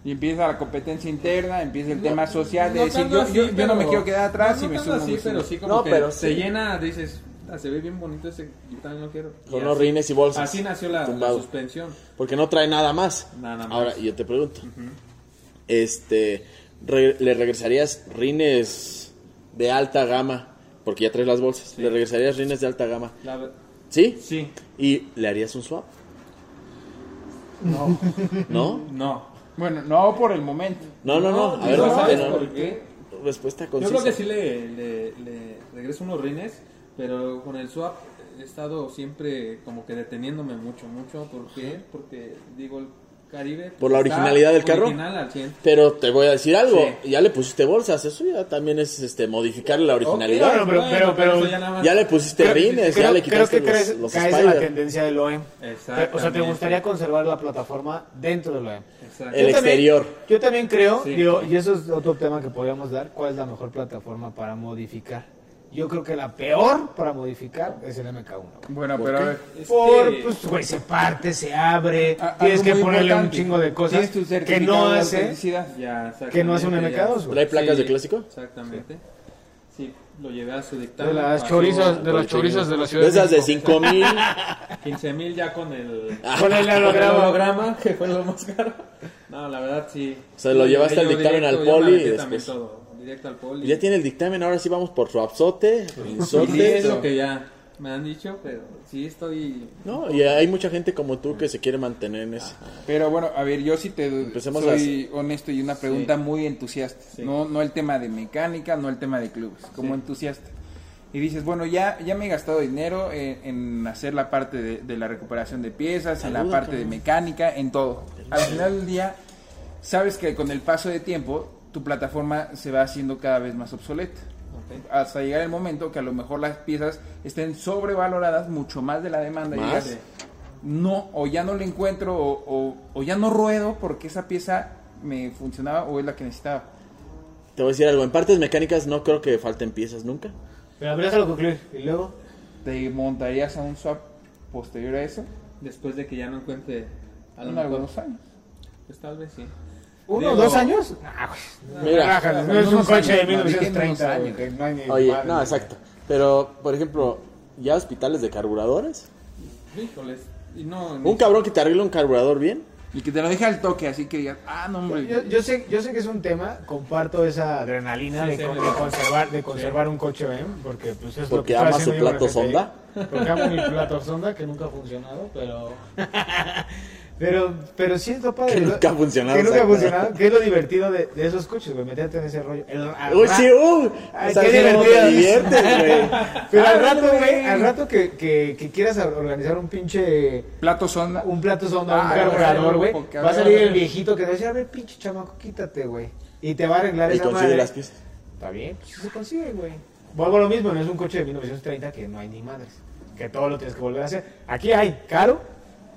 Y empieza la competencia interna, empieza el No, tema social, de no decir, tanto yo, así, yo- yo no me pero- quiero quedar atrás no, y me no sumo. tanto así, me sumo. pero sí como No, que pero se sí. llena, dices, "Ah, se ve bien bonito ese, yo también lo quiero. Y Con los así- rines y bolsas. Así nació la, la Tumbado. suspensión. Porque no trae nada más. Nada más. Ahora, yo te pregunto. Este, re- ¿le regresarías rines de alta gama? Porque ya traes las bolsas. ¿Le regresarías rines de alta gama? La- ¿Sí? sí, ¿Y le harías un swap? no, ¿No? no. Bueno, no por el momento. No, no, no. A ver, no, responde, ¿sabes no. por qué? Respuesta Yo concisa. creo que sí le, le, le regreso unos rines, pero con el swap he estado siempre como que deteniéndome mucho, mucho. ¿Por qué? Porque digo, el Caribe. ¿Por la está originalidad del carro? Original al 100. Pero te voy a decir algo. Sí. Ya le pusiste bolsas. Eso ya también es este, modificar la originalidad. Ok, Bueno, pero- pero- pero- eso ya nada más- Ya le pusiste rines, ya le creo quitaste que los, crees- los caes en la Spider. tendencia del OEM. Exactamente. O sea, te gustaría conservar la plataforma dentro del E OEM. Exacto. El Yo también- exterior. yo también creo, Sí. digo, y eso es otro tema que podríamos dar, cuál es la mejor plataforma para modificar. Yo creo que la peor para modificar es el MK1. güey. Bueno, pero a ver. Es Por, que- pues, güey, se parte, se abre, a- tienes algo que muy ponerle un importante. chingo de cosas Tienes tu que no certificado de hace, autenticidad. Ya, exactamente, que no hace un ya. MK2, güey. ¿Trae placas Sí, de clásico? Exactamente. Sí, lo llevé a su De dictamen. las pasó chorizos, de las Por el chorizos de la ciudad. De esas de México. 5000. 15.000 ya con el, con Con el el holograma. holograma, que fue lo más caro. No, la verdad sí. Se lo llevaste Yo al dictamen directo, al yo poli me metí y también después- todo, Directo al poli. Ya tiene el dictamen, ahora sí vamos por swapsote, Sí, es insorte. lo que ya me han dicho, pero sí estoy... No, y hay mucha gente como tú que se quiere mantener en eso. Pero bueno, a ver, yo sí te Empecemos soy honesto y una pregunta muy entusiasta. No, no el tema de mecánica, no el tema de clubes, como entusiasta. Y dices, bueno, ya, ya me he gastado dinero en, en hacer la parte de, de la recuperación de piezas, en la parte de mecánica, en todo. Al final del día, sabes que con el paso de tiempo, tu plataforma se va haciendo cada vez más obsoleta. Hasta llegar el momento que a lo mejor las piezas estén sobrevaloradas mucho más de la demanda. y Más. digas, no, o ya no le encuentro, o, o- o ya no ruedo porque esa pieza me funcionaba o es la que necesitaba. Te voy a decir algo, en partes mecánicas no creo que falten piezas nunca. Pero habría que concluir. Y luego, ¿Te montarías a un swap posterior a eso? Después de que ya no encuentre... A lo En mejor, algunos años. pues tal vez sí. ¿uno o Digo, dos años? Mira, Ajá, no es un unos coche de años, no, dije 1930 unos años. que no hay ni oye, madre. no, exacto. Pero, por ejemplo, ya hospitales de carburadores. Híjoles. Y no, Un cabrón que te arregla un carburador bien. Y que te lo deje al toque, así que digas, ah, no, hombre. Yo, yo sé, yo sé que es un tema, comparto esa adrenalina Sí, de, sí, con- sí. de conservar, de conservar un coche BM, porque pues es lo Porque que estoy ama su haciendo plato yo con el GTI. sonda. Porque amo mi plato sonda, que nunca ha funcionado, pero... pero, pero sí es lo padre. Que lo- nunca ha funcionado, Que nunca ha exacto. funcionado, que es lo divertido de, de esos coches, güey, meterte en ese rollo. El- al Uy, ra- sí, uy. Ay, O sea, qué sí, no divertido. te diviertes, güey. Pero al rato, güey, al rato que, que, que quieras organizar un pinche... Plato sonda. un plato sonda, un Ah, carburador, güey. porque Va a ahora- salir el viejito que te va a decir, a ver, pinche chamaco, quítate, güey. Y te va a arreglar Y esa consigue madre. las piezas. Está bien, pues se consigue, güey. Vuelvo a lo mismo, no es un coche de 1930 que no hay ni madres. Que todo lo tienes que volver a hacer. Aquí hay, caro,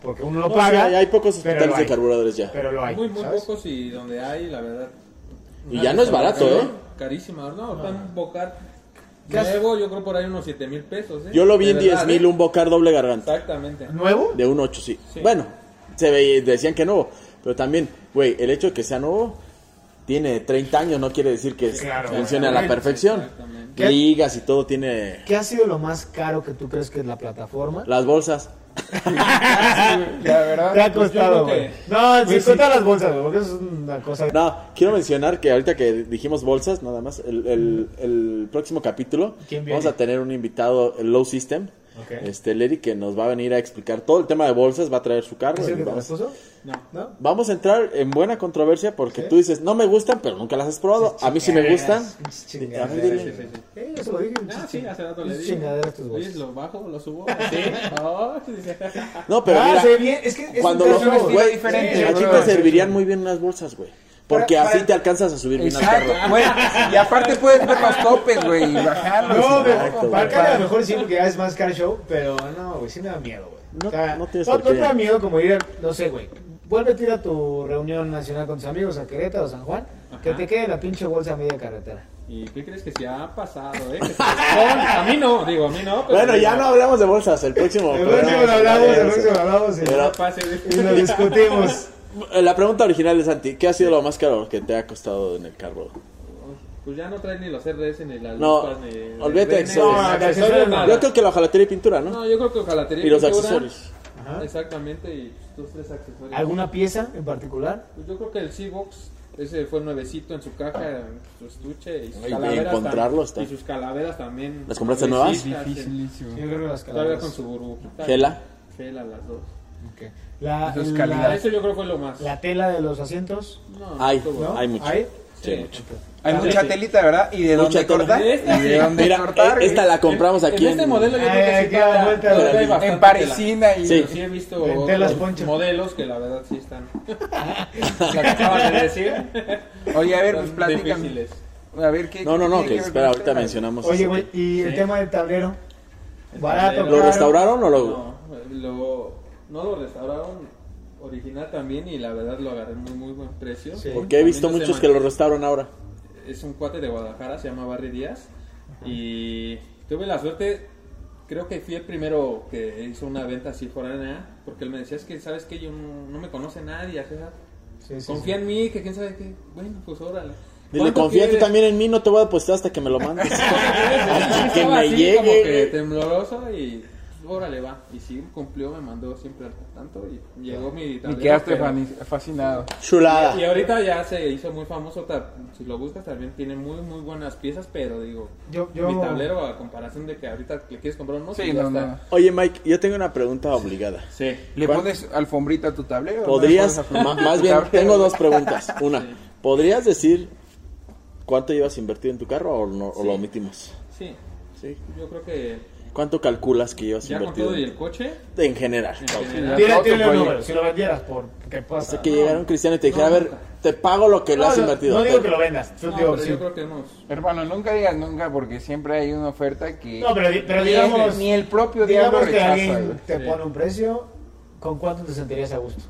porque uno lo No, paga. sí, hay- hay pocos pero hospitales lo de hay. carburadores ya. Pero lo hay, Muy, muy ¿sabes? pocos y donde hay, la verdad. Y una ya no es barato, restauración ¿eh? Carísima, ¿no? Ahorita un bocar ¿Qué haces? nuevo, yo creo por ahí unos 7 mil pesos, ¿eh? Yo lo vi De en verdad, 10 mil, ¿eh? un bocar doble garganta. Exactamente. ¿Nuevo? De un 8, sí. Sí. Bueno, se ve, decían que nuevo. Pero también, güey, el hecho de que sea nuevo tiene 30 años no quiere decir que Claro, funcione a la obviamente, perfección. exactamente. Ligas y todo tiene ¿Qué ha sido lo más caro que tú crees que es la plataforma? las bolsas. La verdad. Te ha pues, yo costado, creo que- güey. No, si cuenta las bolsas, güey, porque es una cosa. No, quiero mencionar que ahorita que dijimos bolsas, nada más, el, el- el próximo capítulo ¿Quién viene? vamos a tener un invitado, el Low System. Ok. Este, Leri, que nos va a venir a explicar todo el tema de bolsas, va a traer su carro. ¿Es y el que te las vamos, puso? No. ¿No? vamos a entrar en buena controversia porque tú dices, no me gustan, pero nunca las has probado. A mí sí me gustan. Pinches A chingaderas. mí Sí, dime. sí, sí, sí. Eh, yo se lo dije. Ah, sí, hace rato le Pinches dije. chingaderas tus bolsas. Luis, lo bajo, lo subo. Sí. Oh, sí, sí. No, pero Ah, mira, se ve bien, es que es cuando un los caso estilo güey, diferente, a ti bro. te servirían muy bien unas bolsas, güey. Porque Para- así para- te alcanzas a subir bien al Exacto, carro. güey. Y aparte puedes ver los topes, güey, y bajarlos. No, güey. pero Exacto, para güey. cara a lo mejor sí, porque ya es más car show, pero no, güey, sí me da miedo, güey. No- no tienes no, por no te qué. da miedo como ir, a- no sé, güey, vuélvete a ir a tu reunión nacional con tus amigos a Querétaro o San Juan, que te quede la pinche bolsa a media carretera. ¿Y qué crees que se ha pasado, eh? Que se- a mí no, digo, a mí no. pero- Bueno, ya no hablamos de bolsas, el próximo. El programa próximo lo es- hablamos, es- el próximo lo hablamos Que y, no pase de- y lo discutimos. Eh, La pregunta original de Santi, ¿qué ha sido lo más caro que te ha costado en el carro? Pues ya no traen ni los RS ni las No, lupas, ni. ni olvídate de renes, accesorios. ni No, accesorios, accesorios Ah, nada. Yo creo que la jalatería y pintura, ¿no? No, yo creo que jalatería Y los pintura, Ah, accesorios. Ajá. Exactamente, y tus tres accesorios. ¿Alguna pieza en particular? Pues yo creo que el C-Box, ese fue nuevecito en su caja, en su estuche. Y Ay, sus de calaveras tam- encontrarlo está- Y sus calaveras también. ¿Las compraste nuevas? nuevecitas, Yo creo que las en- Todavía con calaveras. su burbujita. Gela. Gela, las dos. Ok. La, Eso es la- Ah, calidad. eso yo creo fue lo más. la tela de los asientos. No, Hay, estuvo- ¿No? hay mucho. ¿Hay? Sí, hay mucho. Hay mucha telita, ¿verdad? ¿Y de dónde Mucha tela. cortar? Esta ¿Y sí. de dónde Mira, cortar? e- esta la compramos aquí en este modelo yo creo que Ay, sí qué para- Eh, vuelta, todavía vuelta. hay bastante En Parisina y... tela. Sí. Pero sí he visto En telas otros poncho. modelos que la verdad sí están. Lo que acabas de decir. Oye, a ver, pues Están platícame. difíciles. A ver, ¿qué, No, no, no, qué que tiene ver con espera, ahorita ustedes? mencionamos. Oye, eso. güey, ¿y el Sí. tema del tablero? El Barato, tablero. ¿Lo caro. restauraron o lo.? No, lo, no lo restauraron original también y la verdad lo agarré en muy muy buen precio. Sí. Porque he visto También muchos se que man- lo restauran ahora. Es un cuate de Guadalajara, se llama Barry Díaz y tuve la suerte, creo que fui el primero que hizo una venta así foránea, porque él me decía, es que sabes que yo no, no me conoce nadie, ajá. Sí, sí, confía en mí, que quién sabe qué, bueno, pues órale. Dile, ¿Cuánto confía tú quieres? también en mí, no te voy a depositar hasta que me lo mandes. hasta que me Estaba así Como que llegue. tembloroso y pues, órale va. Y sí, cumplió, me mandó siempre al tanto y llegó mi Y tablero, quedaste pero- fani- fascinado. Y Chulada. ahorita ya se hizo muy famoso, ta- si lo buscas también tiene muy muy buenas piezas, pero digo, Yo- yo- mi tablero a comparación de que ahorita le quieres comprar uno, pues Sí, ya no, está. no. Oye, Mike, yo tengo una pregunta obligada. Sí. ¿Le ¿Cuál? pones alfombrita a tu tablero? ¿No le ¿Podrías, pones alfombrita? ma- más bien, tengo dos preguntas. Una, ¿podrías decir cuánto llevas invertido en tu carro o, no- o lo omitimos? Sí, Sí. yo creo que ¿Cuánto calculas que llevas ya con invertido? todo y en- el coche, En general. en Pau. general, Tira, Otro tira los proyecto. números, si lo vendieras por... ¿Qué O pasa? sea, que llegaron Cristiano y te dijera, a ver, te pago lo que le No, has no, invertido. no digo pero- que lo vendas, yo no, digo, pero sí. yo creo que unos Hermano, nunca digas nunca porque siempre hay una oferta que... No, pero, di- pero ni digamos... El, ni el propio diablo digamos que rechaza, alguien güey. te Sí. pone un precio, ¿con cuánto te sentirías a gusto?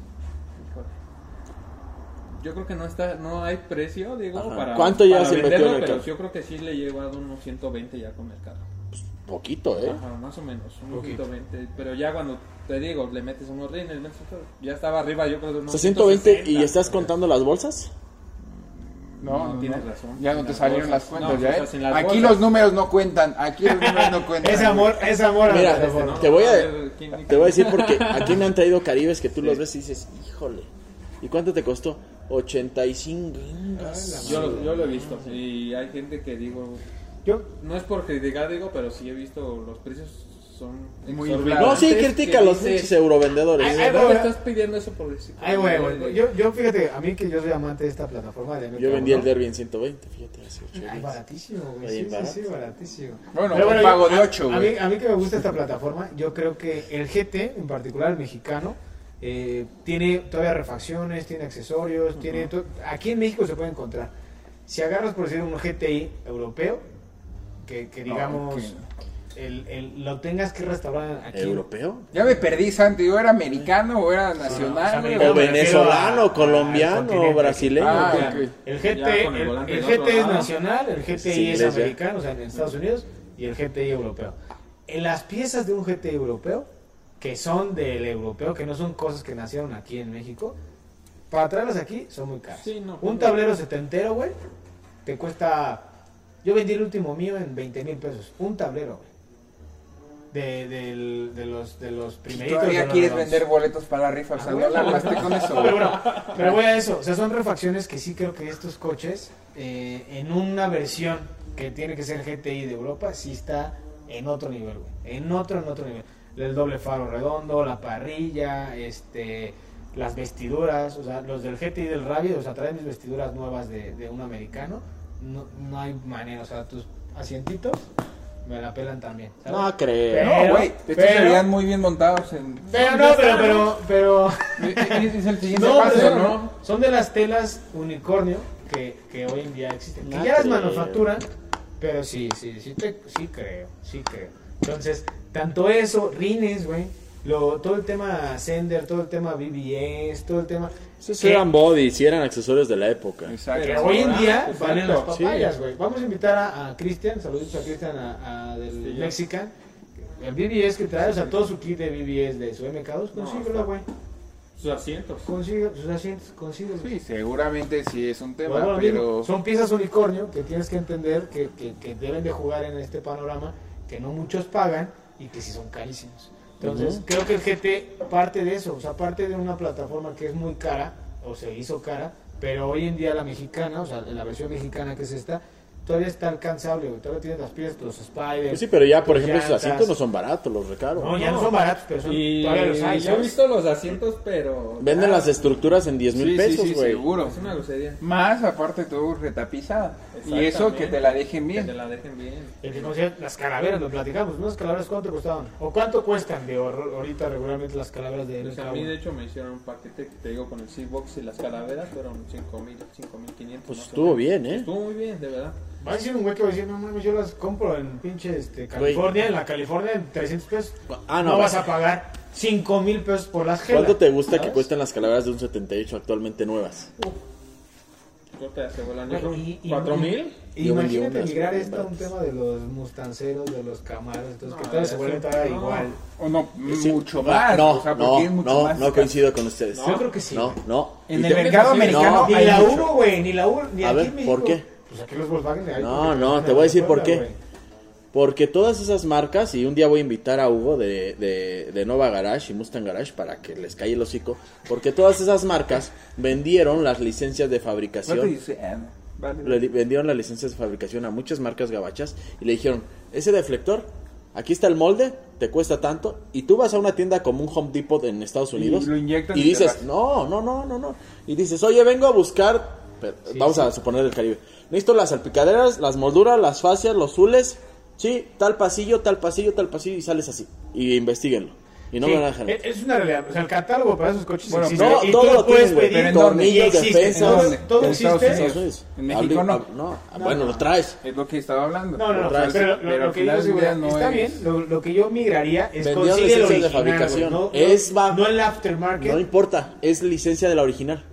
Yo creo que no está, no hay precio, digo, Ajá. para ¿Cuánto para llevas invertido venderlo, en el pero carro? yo creo que sí le he llevado unos 120 ya con mercado. Poquito, ¿eh? Ajá, más o menos, un poquito 20, pero ya cuando te digo, le metes unos rines, le metes otro, ya estaba arriba, yo creo de O unos sea, 120 160. y estás contando las bolsas. No, No, no, tienes no. razón. Ya no Sin te las salieron las bolsas. cuentas, No, ¿ya? o sea, eh? sin las Aquí bolsas. los números no cuentan, aquí los números no cuentan. Es amor, es amor a la Mira, plataforma. te voy a, A ver, ¿quién- te voy a decir porque aquí me han traído caribes que tú los ves y dices, híjole, ¿y cuánto te costó? 85. Ah, ingas. Yo, lo- yo lo he visto, y hay gente que digo, Yo, no es por criticar, digo, pero sí he visto los precios son Muy exorbitantes, No, sí, que critica a los dices, pinches eurovendedores. Ay, ay, ¿Dónde güey. estás pidiendo eso por decir? ay, güey, güey, yo, yo fíjate, a mí que yo soy amante de esta plataforma de Yo Mercado, vendí el ¿no? derby en 120, fíjate. hace ocho Ay, días. baratísimo, güey. Oye, Sí, sí, barato. sí, baratísimo. Bueno, Pero un pago yo- de a- ocho, a, güey. mí, a mí que me gusta esta plataforma, yo creo que el GT, en particular el mexicano, eh, tiene todavía refacciones, tiene accesorios, tiene to- aquí en México se puede encontrar. Si agarras, por decir, un GTI europeo, que, que digamos, el- el- lo tengas que restaurar aquí. ¿Europeo? Ya me perdí, Santi. ¿Yo era americano o era nacional? güey? O me refiero venezolano, a- al colombiano, continente. brasileño. Ah, ¿qué? ok. El Ya GT, con el el, volante el del GT otro es lado. nacional, el GTI Sí, es inglés, ya. americano, o sea, en Estados Unidos, y el GTI europeo. En las piezas de un GTI europeo, que son del europeo, que no son cosas que nacieron aquí en México, para traerlas aquí son muy caras. Sí, no, un pues, tablero setentero, güey, te cuesta... Yo vendí el último mío en 20 mil pesos, un tablero, güey. De, del- de los, de los Y primeritos. de Todavía los- quieres vender boletos para rifas. O sea, no la armaste con eso. no, pero güey. bueno, pero voy a eso. O sea, son refacciones que sí creo que estos coches, eh, en una versión que tiene que ser GTI de Europa, sí está en otro nivel, güey. En otro, en otro nivel. El doble faro redondo, la parrilla, este, las vestiduras. O sea, los del GTI del Rabbit, o sea, traen mis vestiduras nuevas de, de un americano. No, no hay manera, o sea, tus asientitos me la pelan también. ¿sabes? No creo. No, güey. Estos pero- serían muy bien montados en... pero, no, pero, pero, pero... Es es el siguiente No, paso, pero ¿no? no. Son de las telas unicornio que, que hoy en día existen. Que No ya las creo. manufacturan, pero sí, sí, sí, te- sí creo, sí creo. Entonces, tanto eso, rines, güey, lo, todo el tema Sender, todo el tema BBS, todo el tema... Esos que- eran bodies y eran accesorios de la época. Exacto. Pero hoy en día Pues, valen las claro, papayas, güey. Vamos a invitar a, a Cristian, saluditos a Cristian a, a del Mexican. El BBS que trae, o sea, todo su kit de BBS de su MK2, consíguelo, güey. Sus asientos. Consigue sus asientos, consíguelo. Sí, seguramente sí es un tema, Vuelvo a lo mismo, pero... Son piezas unicornio que tienes que entender que, que- que deben de jugar en este panorama, que no muchos pagan y que sí son carísimos. Entonces, creo que el GT parte de eso, o sea, parte de una plataforma que es muy cara, o se hizo cara, pero hoy en día la mexicana, o sea, la versión mexicana que es esta, todavía está alcanzable, güey, todavía tienes las piezas, los spiders. Pues sí, pero ya, por tus ejemplo, sus llantas. asientos no son baratos, los recaros. No, ya no son baratos, pero son, Y todavía los yo hay, he ¿sabes? visto los asientos, pero. Venden las estructuras en 10 mil Sí, sí, pesos, sí, güey. seguro. Es una grosería. Más aparte tú retapizada. Y eso que te la dejen Que te bien. la dejen bien. El que consigue- las calaveras, lo platicamos, ¿no? Las calaveras, ¿cuánto costaban? ¿O cuánto cuestan de horror ahorita regularmente las calaveras de Pues a mí, de hecho, me hicieron un paquete que te digo con el C-Box y las calaveras fueron 5.000, 5.500. Pues más o estuvo menos. bien, ¿eh? Estuvo muy bien, de verdad. Va a decir un güey que va a decir, no mames, yo las compro en pinche este, California, en la California, en 300 pesos. Ah, no, no. vas a pagar 5 mil pesos por las gelas. ¿Cuánto te gusta que ¿Sabes? cuesten las calaveras de un 78 actualmente nuevas? Yo te aseguro, la neta. Güey, y- y- ¿4.000? Yo vendí Imagínate unas, migrar güey, esto a un baratas. tema de los mustanceros, de los camaros, entonces que No, todo se eso- vuelve todavía no. igual. O no, Sí. Ah, mucho más. No, o sea, porque no, es mucho no, más. no coincido con ustedes. Yo creo que sí. No, no. En Y el te- mercado sí, americano Ni hay la mucho. uno, güey, ni la uno, ni A aquí ver, en México. ¿por qué? Pues aquí los Volkswagen le hay No, porque no, tienen te voy a decir por cuenta, qué. güey. Porque todas esas marcas, y un día voy a invitar a Hugo de, de, de Nova Garage y Mustang Garage para que les calle el hocico, porque todas esas marcas vendieron las licencias de ¿Cuánto fabricación, dice? Ah, no. Vale. le di- vendieron las licencias de fabricación a muchas marcas gabachas y le dijeron, ese deflector, aquí está el molde, te cuesta tanto, y tú vas a una tienda como un Home Depot en Estados Unidos lo inyectan y y te dices, vas. no, no, no, no, no, y dices, oye, vengo a buscar, pero, vamos a suponer del Caribe, listo las salpicaderas, las molduras, las fascias, los zules, sí, tal pasillo, tal pasillo, tal pasillo, y sales así, y investiguenlo, y no Sí, me van a Eh, dejar. es- Es una realidad. O sea, el catálogo para esos coches Bueno, existe. No, y tú todo lo lo puedes tienen, güey, pedir. pero en pero y tornillos, existe, defensas, ¿no? todo En Estados existe. Unidos. Entonces, En México habli- no. hab- no. Ah, bueno, lo traes. Es lo que estaba hablando. No, no, no, Otra pero, vez. lo- lo, Pero lo al que final yo del digo, día güey, no está es- bien, lo, lo que yo migraría es Vendió consigue el licencias de original, güey, fabricación. no, no- Es va- no el aftermarket. pues No importa, es licencia de la original.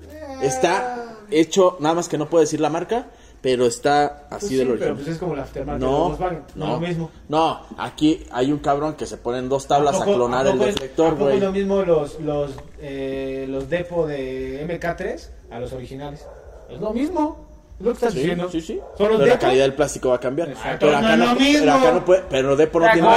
Está hecho, nada más que no puedo decir la marca, pero está Pues así sí, del Pero original. pues es como el aftermarket de no, Volkswagen, no, no, lo mismo. no, aquí hay un cabrón que se pone en dos tablas a, poco- clonar el poco es- ¿a deflector, poco güey. es lo mismo los, los, eh, los depo de MK3 a los originales. Es lo mismo. Es lo que estás Sí, diciendo. sí, sí. Son los Pero la depo. calidad del plástico va a cambiar. Pero Pues no acá es no, lo mismo. pero acá no puede, pero Depo no tiene,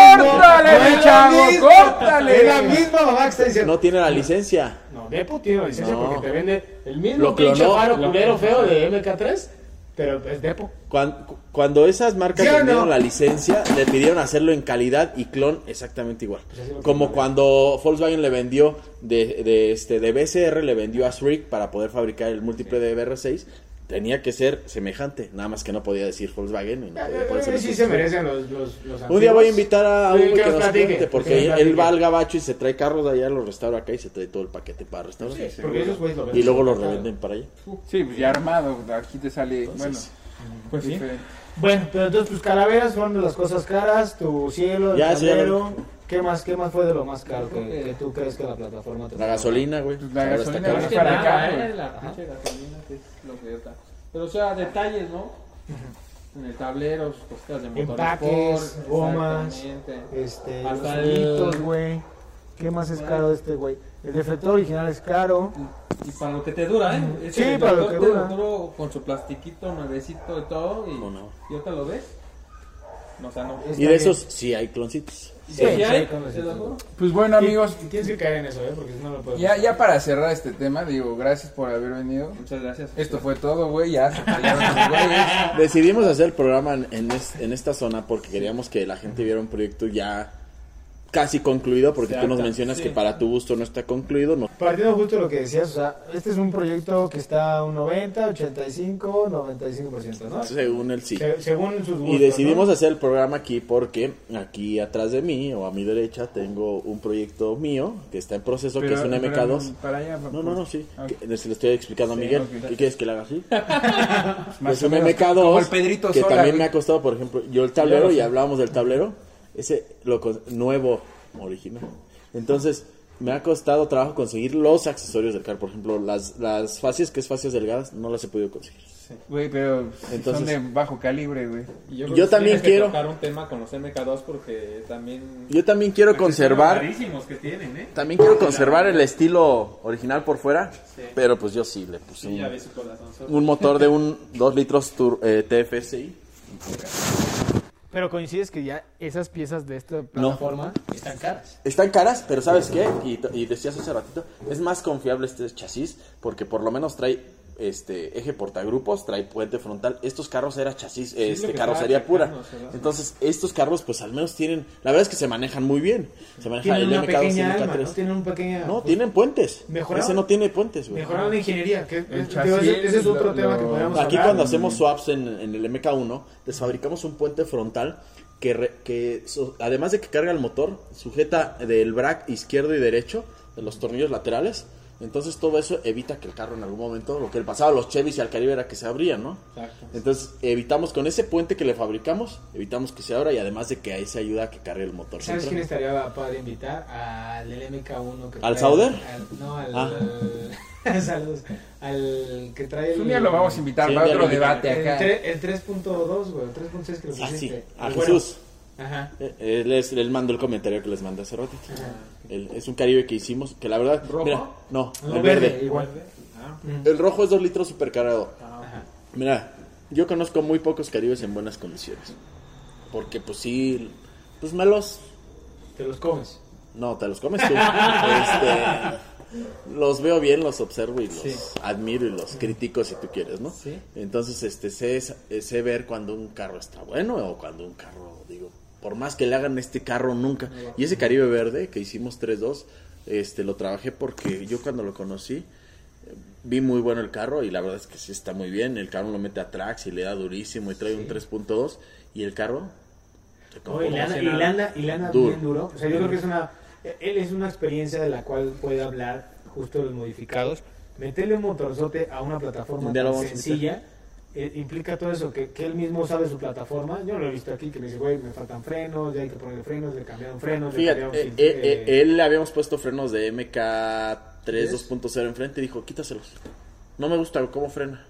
¡Córtale, No es mi lo chavo! mismo. Es la ¡Córtale! misma mamá que está diciendo. no tiene la licencia. No, Depo tiene la licencia No. porque te vende el mismo Lo pinche clonó. faro Lo culero feo de MK3, pero es Depo. Cuan- cu- Cuando esas marcas ¿Sí o vendieron no? la licencia, le pidieron hacerlo en calidad y clon exactamente igual. Pues así lo Como cuando Volkswagen le vendió de, de, este, de BCR, le vendió a Zurich para poder fabricar el múltiple de BR6, tenía que ser semejante. Nada más que no podía decir Volkswagen. y no podía ponerse Eh, sí los- se merecen los, los, los Un día voy a antiguos. invitar a Sí, Hugo que nos nos platique, cuente, que nos porque él platique. va al gabacho y se trae carros de allá, los restaura acá y se trae todo el paquete para restaurar. Sí, porque esos güeyes lo y venden. luego los revenden para allá. Sí, pues ya armado. Aquí te sale. bueno, Pues sí. diferente. Bueno, pero entonces tus calaveras fueron de las cosas caras, tu cielo, el Ya, sí, ya tablero. ¿Qué más, ¿Qué más fue de lo más caro Yo creo que, que- que tú crees que la plataforma te La gasolina, güey. Pues la ahora está gasolina, cara. Pero Más que para nada, acá, eh, güey. la pinche gasolina, que es lo que está. Pero, o sea, detalles, ¿no? En el tablero, sus cositas de motor Empaques, sport, gomas. exactamente. Este, Hasta los el- ojitos, güey. ¿Qué más es caro de este güey? El deflector original es caro. Y para lo que te dura, ¿eh? Ese Sí, para lo ventilador que te dura. duró con su plastiquito nuevecito y todo. Y, ¿O no? y ahorita lo ves. No, o sea, no. Está Y de bien. esos sí hay cloncitos. Sí, sí, sí hay, sí, con te lo juro. Pues bueno, amigos. Y tienes que caer en eso, ¿eh? Porque si no lo puedes. Ya, ya para cerrar este tema, digo, gracias por haber venido. Muchas gracias. Esto fue todo, güey. Ya se pelearon los güeyes. Decidimos hacer el programa en, en es- en esta zona porque queríamos que la gente viera un proyecto ya casi concluido, porque tú nos mencionas que para tu gusto no está concluido. No. Partiendo justo de lo que decías, o sea, este es un proyecto que está a un 90, 85, 95%, ¿no? Según el sí. Se- según sus gustos. Y decidimos ¿no? hacer el programa aquí porque aquí atrás de mí o a mi derecha tengo un proyecto mío que está en proceso, que es un Pero- MK2. mm, pero Para allá, para- No, no, no, sí. Ah, Que- se lo estoy explicando a Miguel. ok. ¿Qué quieres que le haga así? más Pues o un menos, MK2 como el Pedrito que Sola, también güey. me ha costado, por ejemplo, yo el tablero y hablábamos del tablero, ese lo con- nuevo original. Entonces, me ha costado trabajo conseguir los accesorios del carro. Por ejemplo, las, las fascias, que es fascias delgadas, no las he podido conseguir. Güey, pero Entonces- son de bajo calibre, güey. Yo creo que también tienes que quiero- tocar un tema con los MK2 porque también. Yo también quiero conservar Carísimos que tienen, ¿eh? También quiero conservar el estilo original por fuera, pero pues yo sí le puse Sí, ya un, ves su corazón. solo. un motor de un 2 litros tur- eh, TFSI. Pero coincides que ya esas piezas de esta No. plataforma están caras. Están caras, pero ¿sabes qué? Y, t- y decías hace ratito, es más confiable este chasis porque por lo menos trae este eje portagrupos, trae puente frontal. Estos carros era chasis, este que carrocería estaba pura. checando, ¿verdad? Entonces, estos carros pues al menos tienen, la verdad es que se manejan muy bien. Se maneja Tienen el una MK2 y el pequeña alma, ¿no? MK3. Tienen un pequeño... No, tienen puentes. Mejoraron. Ese no tiene puentes, güey. Mejoraron la ingeniería. Que, El digo, chasis, ese, ese es otro lo- tema que lo- podríamos Aquí hablar. cuando Mm. hacemos swaps en, en el MK1, les fabricamos un puente frontal que, re- que so- además de que carga el motor, sujeta del brac izquierdo y derecho, de los tornillos laterales. Entonces todo eso evita que el carro en algún momento, lo que le pasaba a los Chevys y al Caribe era que se abrían, ¿no? Exacto. Entonces evitamos con ese puente que le fabricamos, evitamos que se abra y además de que ahí se ayuda a que cargue el motor. ¿Sabes central. quién estaría padre invitar? Al LMK1 que ¿Al trae- Sauder? Ah. al- no, al. saludos. Al que trae. Un el- día lo vamos a invitar Sí, para un día otro lo invitamos. debate El, acá. tre- el 3.2, güey. El 3.6 que lo Ah, sí, pusiste. a Bueno, Jesús. Ajá. Eh, eh, les, les mando el comentario que les mandé hace ratito. El- es un Caribe que hicimos, que la verdad... ¿Rojo? mira, no, No, el verde. Igual. El rojo es 2 litros supercargado. Mira, yo conozco muy pocos caribes en buenas condiciones. Porque pues sí, pues me los... Te los comes. No, te los comes tú. Este, los veo bien, los observo y los admiro y los critico si tú quieres, ¿no? Sí. Entonces, este, sé, sé ver cuando un carro está bueno o cuando un carro, digo, por más que le hagan este carro nunca. Y ese Caribe verde que hicimos 3-2, este, lo trabajé porque yo cuando lo conocí, eh, vi muy bueno el carro y la verdad es que sí está muy bien. El carro lo mete a tracks y le da durísimo y trae un 3.2 y el carro... se No, y conforma le anda- sin y le nada. anda- y le anda Duro. bien duro. O sea, yo creo que es una, él es una experiencia de la cual puede hablar justo de los modificados. Meterle un motorzote a una plataforma Un día lo tan vamos a sencilla eh, implica todo eso, que, que él mismo sabe su plataforma. Yo lo he visto aquí, que me dice, güey, me faltan frenos, ya hay que poner frenos, le cambiaron frenos, le Fíjate, cambiaron... eh, filtro- eh, eh, eh, él le habíamos puesto frenos de MK3 2.0 enfrente y dijo, quítaselos. No me gusta cómo frena.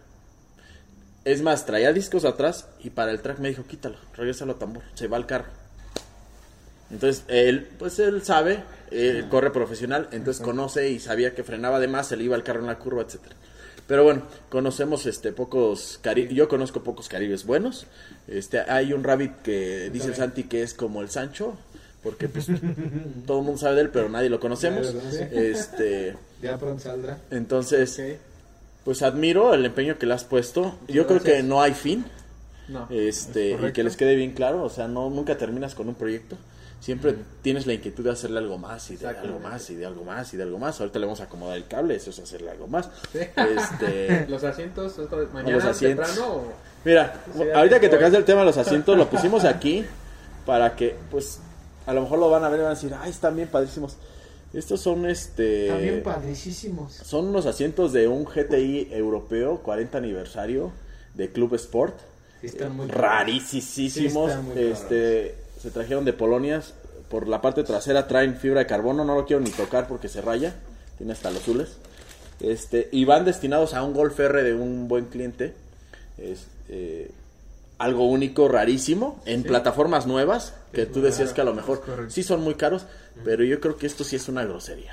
Es más, traía discos atrás y para el track me dijo, quítalo, regrésalo a tambor, se va al carro. Entonces, él, pues él sabe, él corre profesional, entonces conoce y sabía que frenaba de más, se le iba al carro en la curva, etcétera. Pero bueno, conocemos este pocos cari- yo conozco pocos caribes buenos. Este hay un rabbit que dice el Santi que es como el Sancho, porque pues todo el mundo sabe de él, pero nadie lo conocemos. Este, Ya pronto saldrá. entonces, pues admiro el empeño que le has puesto. Yo creo que no hay fin. No. Este, y que les quede bien claro, o sea, no nunca terminas con un proyecto. Siempre tienes la inquietud de hacerle algo más y de algo más y de algo más y de algo más. Ahorita le vamos a acomodar el cable, eso es hacerle algo más. Este, Los asientos, otra vez, mañana Los asientos. temprano. Mira, ahorita que tocaste el tema de los asientos, lo pusimos aquí para que, pues, a lo mejor lo van a ver y van a decir, ay, están bien padrísimos. Estos son, este... Eh, También padricísimos. Son unos asientos de un GTI europeo, 40 aniversario, de Club Sport. Sí, están muy Rarísísimos. Sí, están muy este, se trajeron de Polonia. Por la parte trasera traen fibra de carbono. No lo quiero ni tocar porque se raya. Tiene hasta los zules. Este, y van destinados a un Golf R de un buen cliente. Es, eh, algo único, rarísimo, en plataformas nuevas, que tú decías que a lo mejor sí son muy caros, pero yo creo que esto sí es una grosería.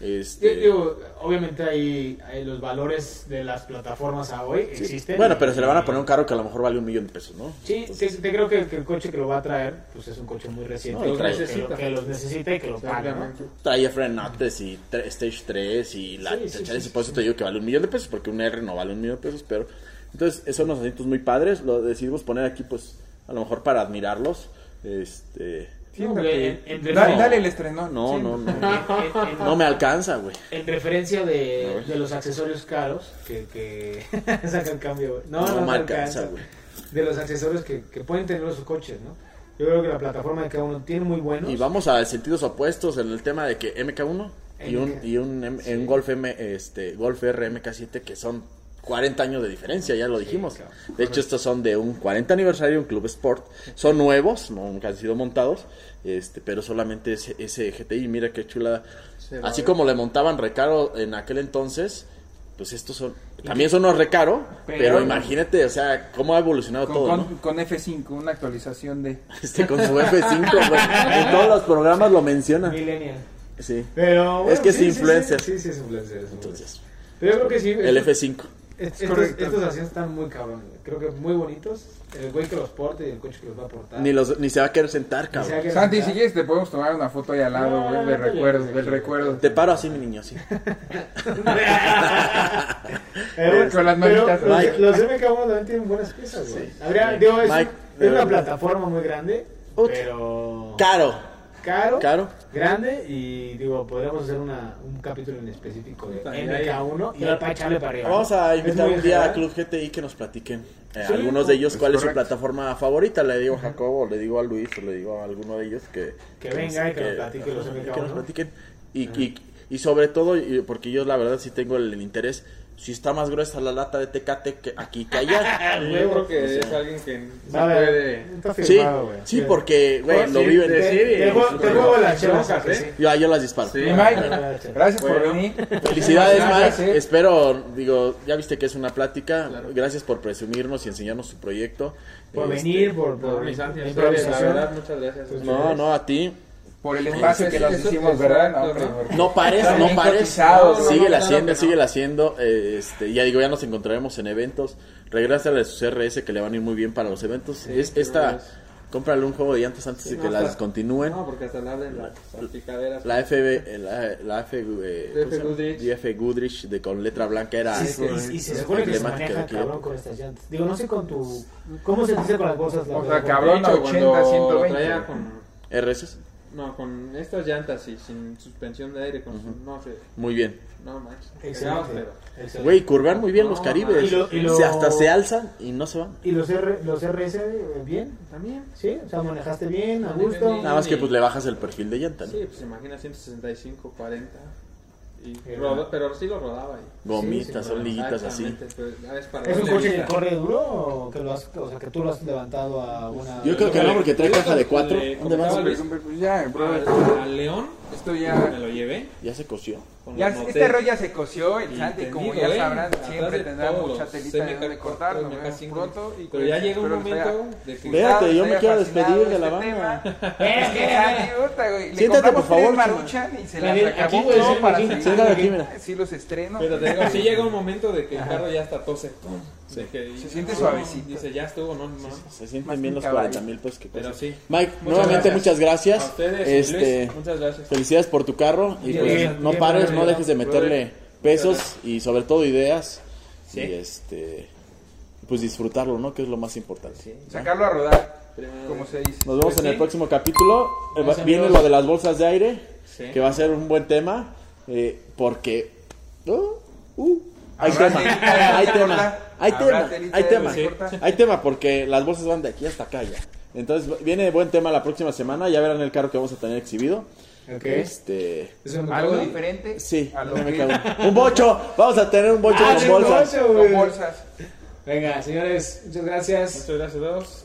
Este, yo digo, obviamente hay, hay los valores de las plataformas a hoy, existen. Bueno, pero se le van a Y- poner un carro que a lo mejor vale un millón de pesos, ¿no? Sí, te, te creo que, que el coche que lo va a traer, pues es un coche muy reciente. No, lo que, trae. que lo- que los necesita y que lo paga, ¿no? Trae frenotes y tre- Stage 3 y la Sí, sí, chachara, sí, y por eso te digo que vale un millón de pesos, porque un R no vale un millón de pesos, pero... Entonces, esos son unos asientos muy padres, lo decidimos poner aquí, pues, a lo mejor para admirarlos. Este... Sí, No, porque- güey, en- en Da- defensa- dale el estreno. No, no, no. En- en- No me alcanza, güey. En referencia de, de los accesorios caros, que, que saca el cambio, güey. No, No, no, me me alcanza, alcanza. güey. De los accesorios que, que pueden tener los coches, ¿no? Yo creo que la plataforma de cada uno tiene muy buenos. Y vamos a sentidos opuestos en el tema de que MK1 y un, MK. y un, M- un Golf, M, este, Golf R MK7 que son 40 años de diferencia, ya lo dijimos. De hecho, estos son de un 40 aniversario, un club sport. Son nuevos, no, nunca han sido montados, este, pero solamente ese, ese GTI, mira qué chula. Así como le montaban recaro en aquel entonces, pues estos son, también son unos recaro, pero, Pero- imagínate, o sea, cómo ha evolucionado Con, todo, con- ¿no? con F5, una actualización de... Este con su F5, güey. En todos los programas lo menciona. Millennial. Sí. Pero, Es que es sí, sí, influencer. Sí, sí, es influencer. es influencer. Entonces, Pero yo creo que sí. el estos- F5. est- Es Estos, correcto. estos asientos están muy cabrones. Creo que muy bonitos. El güey que los porte y el coche que los va a portar. Ni, los, ni se va a querer sentar, Y se va a cabrón. quedar Santi, acá. si quieres te podemos tomar una foto ahí al lado, No, güey, no, del no, recuerdo, no, del no, recuerdo. Te paro así, mi niño, sí. Pero- Con las pero manitas. los- Mike. Los, MK1 también tienen buenas piezas, güey. Habría, digo, es, Mike, es pero- una plataforma muy grande, Ut. pero Caro. caro, Caro. grande y digo, podríamos hacer una, un capítulo en específico de Ahí, MK1 y para echarle para arriba. Vamos a invitar Es muy un día a general. Club GTI que nos platiquen eh, algunos de ellos cuál es su plataforma favorita. Le digo a Jacobo, le digo a Luis, o le digo a alguno de ellos que, Que venga y que nos platique los ajá, MK1, que nos ¿no? platiquen. Y, y, y sobre todo, y- porque yo la verdad sí tengo el, el interés, si está más gruesa la lata de Tecate que aquí que allá. Yo creo que es alguien que se Va a ver, puede... está Sí, firmado, güey. Pues sí, porque, güey, Sí, lo viven. de- Te, te juego- te juego las chelas a que sí. Yo, ah, yo las disparo. Sí. Mi Mike, gracias por Bueno. venir. Felicidades, Gracias, Mike. eh. Espero, digo, ya viste que es una plática. Gracias por presumirnos y enseñarnos su proyecto. Por Este, venir, por, por, No, mi Santi, la en serio, la improvisación. verdad, muchas gracias. No, no, a ti. Por el espacio que nos Eso- hicimos, eso- ¿verdad? No, exacto, ¿no? hombre, No pares, Están no bien pares. cotizados, no, Sigue no, la claro haciendo, que sigue no. la haciendo. eh, este, ya digo, ya nos encontraremos en eventos. Regresa a sus RS que le van a ir muy bien para los eventos. es qué esta, buenas. cómprale un juego de llantas antes de no, que hasta- las descontinúen. No, porque hasta le hablan las las picaderas. La FB, eh, la, la F, eh, F. ¿cómo se llama? Goodrich. F. Goodrich de con letra blanca era Sí, sí, y, y se supone que se emblemática de maneja aquí. cabrón con estas llantas. Digo, no sé con tu. ¿Cómo se dice con las bolsas? la O sea, verdad? cabrón, De hecho, 80, cuando 120. traía con, RS. no, con estas llantas y sin suspensión de aire, con su- no sé, Muy bien. no manches. Excelente. Pegabas, pero- Excelente. Güey, curvan muy bien los No, caribes. y lo- y lo- Se hasta se alzan y no se van. ¿Y los, R, los RS bien? También. ¿Sí? O sea, manejaste bien, a También gusto. bien. Nada más que pues le bajas el perfil de llanta, ¿no? Sí, pues imagina 165, 40. Y Qué roda- bueno. pero sí lo rodaba ahí. Gomitas, son liguitas así. Exactamente, pues, ya ves, para ¿Es un darle coche que vida. corre duro o que, lo has, o sea, que tú lo has levantado a una. Yo creo que no, porque trae Yo caja de le cuatro. ¿Dónde comentaba vas? a Luis, hombre, pues ya, brother. Al al León, Esto me ya... lo llevé. Ya se coció. con ya los este moteros. rollo ya se coció, el Santi, como Entendido, ya ¿eh? sabrán, Atrás siempre de pues, tendrá todos mucha los telita de CMK dónde cortar, nos MK5. vemos pronto. Y pues Pero ya llega un espero les haya momento de que... Vea. Espérate, yo me les quiero haya fascinado despedir de la este banda. tema. Es que Santi, puta, güey, le compramos Siéntate, por favor, tres Maruchan y se las Aquí, acabó güey, todo sí, para aquí. seguir. Siéntate aquí, mira. Sí los estreno. Pero te digo, sí llega un momento de que el carro ya está tose. De que- "Ah, Se siente suavecito. Dice, ya estuvo, no, no. Se sienten Más bien que los un caballo. 40 mil pesos que Pero cuesta. sí. Mike, Muchas nuevamente gracias. muchas A gracias. ustedes, Este, Luis, muchas gracias. felicidades por tu carro y Bien, pues bien, no bien, pares, no brother. dejes de meterle pesos y sobre todo ideas Sí. y este pues disfrutarlo, ¿no? Que es lo más importante. Sacarlo a rodar, Primero como de- se dice. Nos vemos Pues en el sí. próximo capítulo. Eh, va- Gracias, Viene amigos. lo de las bolsas de aire, Sí. que va a ser un buen tema, eh, porque... uh, uh, hay Habrá tema, telita de hay dónde tema, cortar. hay Habrá tema, telita hay de tema, dónde cortar. hay tema, porque las bolsas van de aquí hasta acá ya. Entonces va- viene buen tema la próxima semana, ya verán el carro que vamos a tener exhibido. Ok. Este, Eso me Algo cago. diferente. sí, A lo no me que- cago. un bocho, vamos a tener un bocho Ah, con sí, bolsas. bocho, Con güey. bolsas. Venga, señores, muchas gracias. Muchas gracias a todos.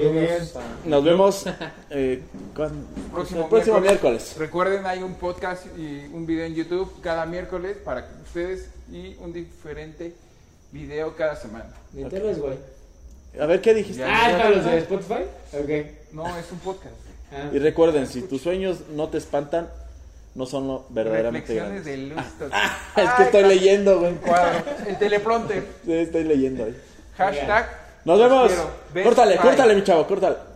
Bien, bien. Saludos. a- Nos vemos eh, ¿cuándo? Próximo el próximo miércoles. Recuerden, hay un podcast y un video en YouTube cada miércoles para que ustedes y un diferente video cada semana. Ni te ves, güey. A ver qué dijiste. Ya. Ah, es para los de Spotify. Ok. No, es un podcast. Ah. Y recuerden, si tus sueños no te espantan, no son lo verdaderamente Reflexiones grandes. de Luis Tot- Es que estoy Ay, leyendo, güey. cuadro. El teleprompter. Sí, Estoy leyendo ahí. Hashtag. Nos los vemos. quiero. Best Córtale, Pues bye. córtale, mi chavo, córtale.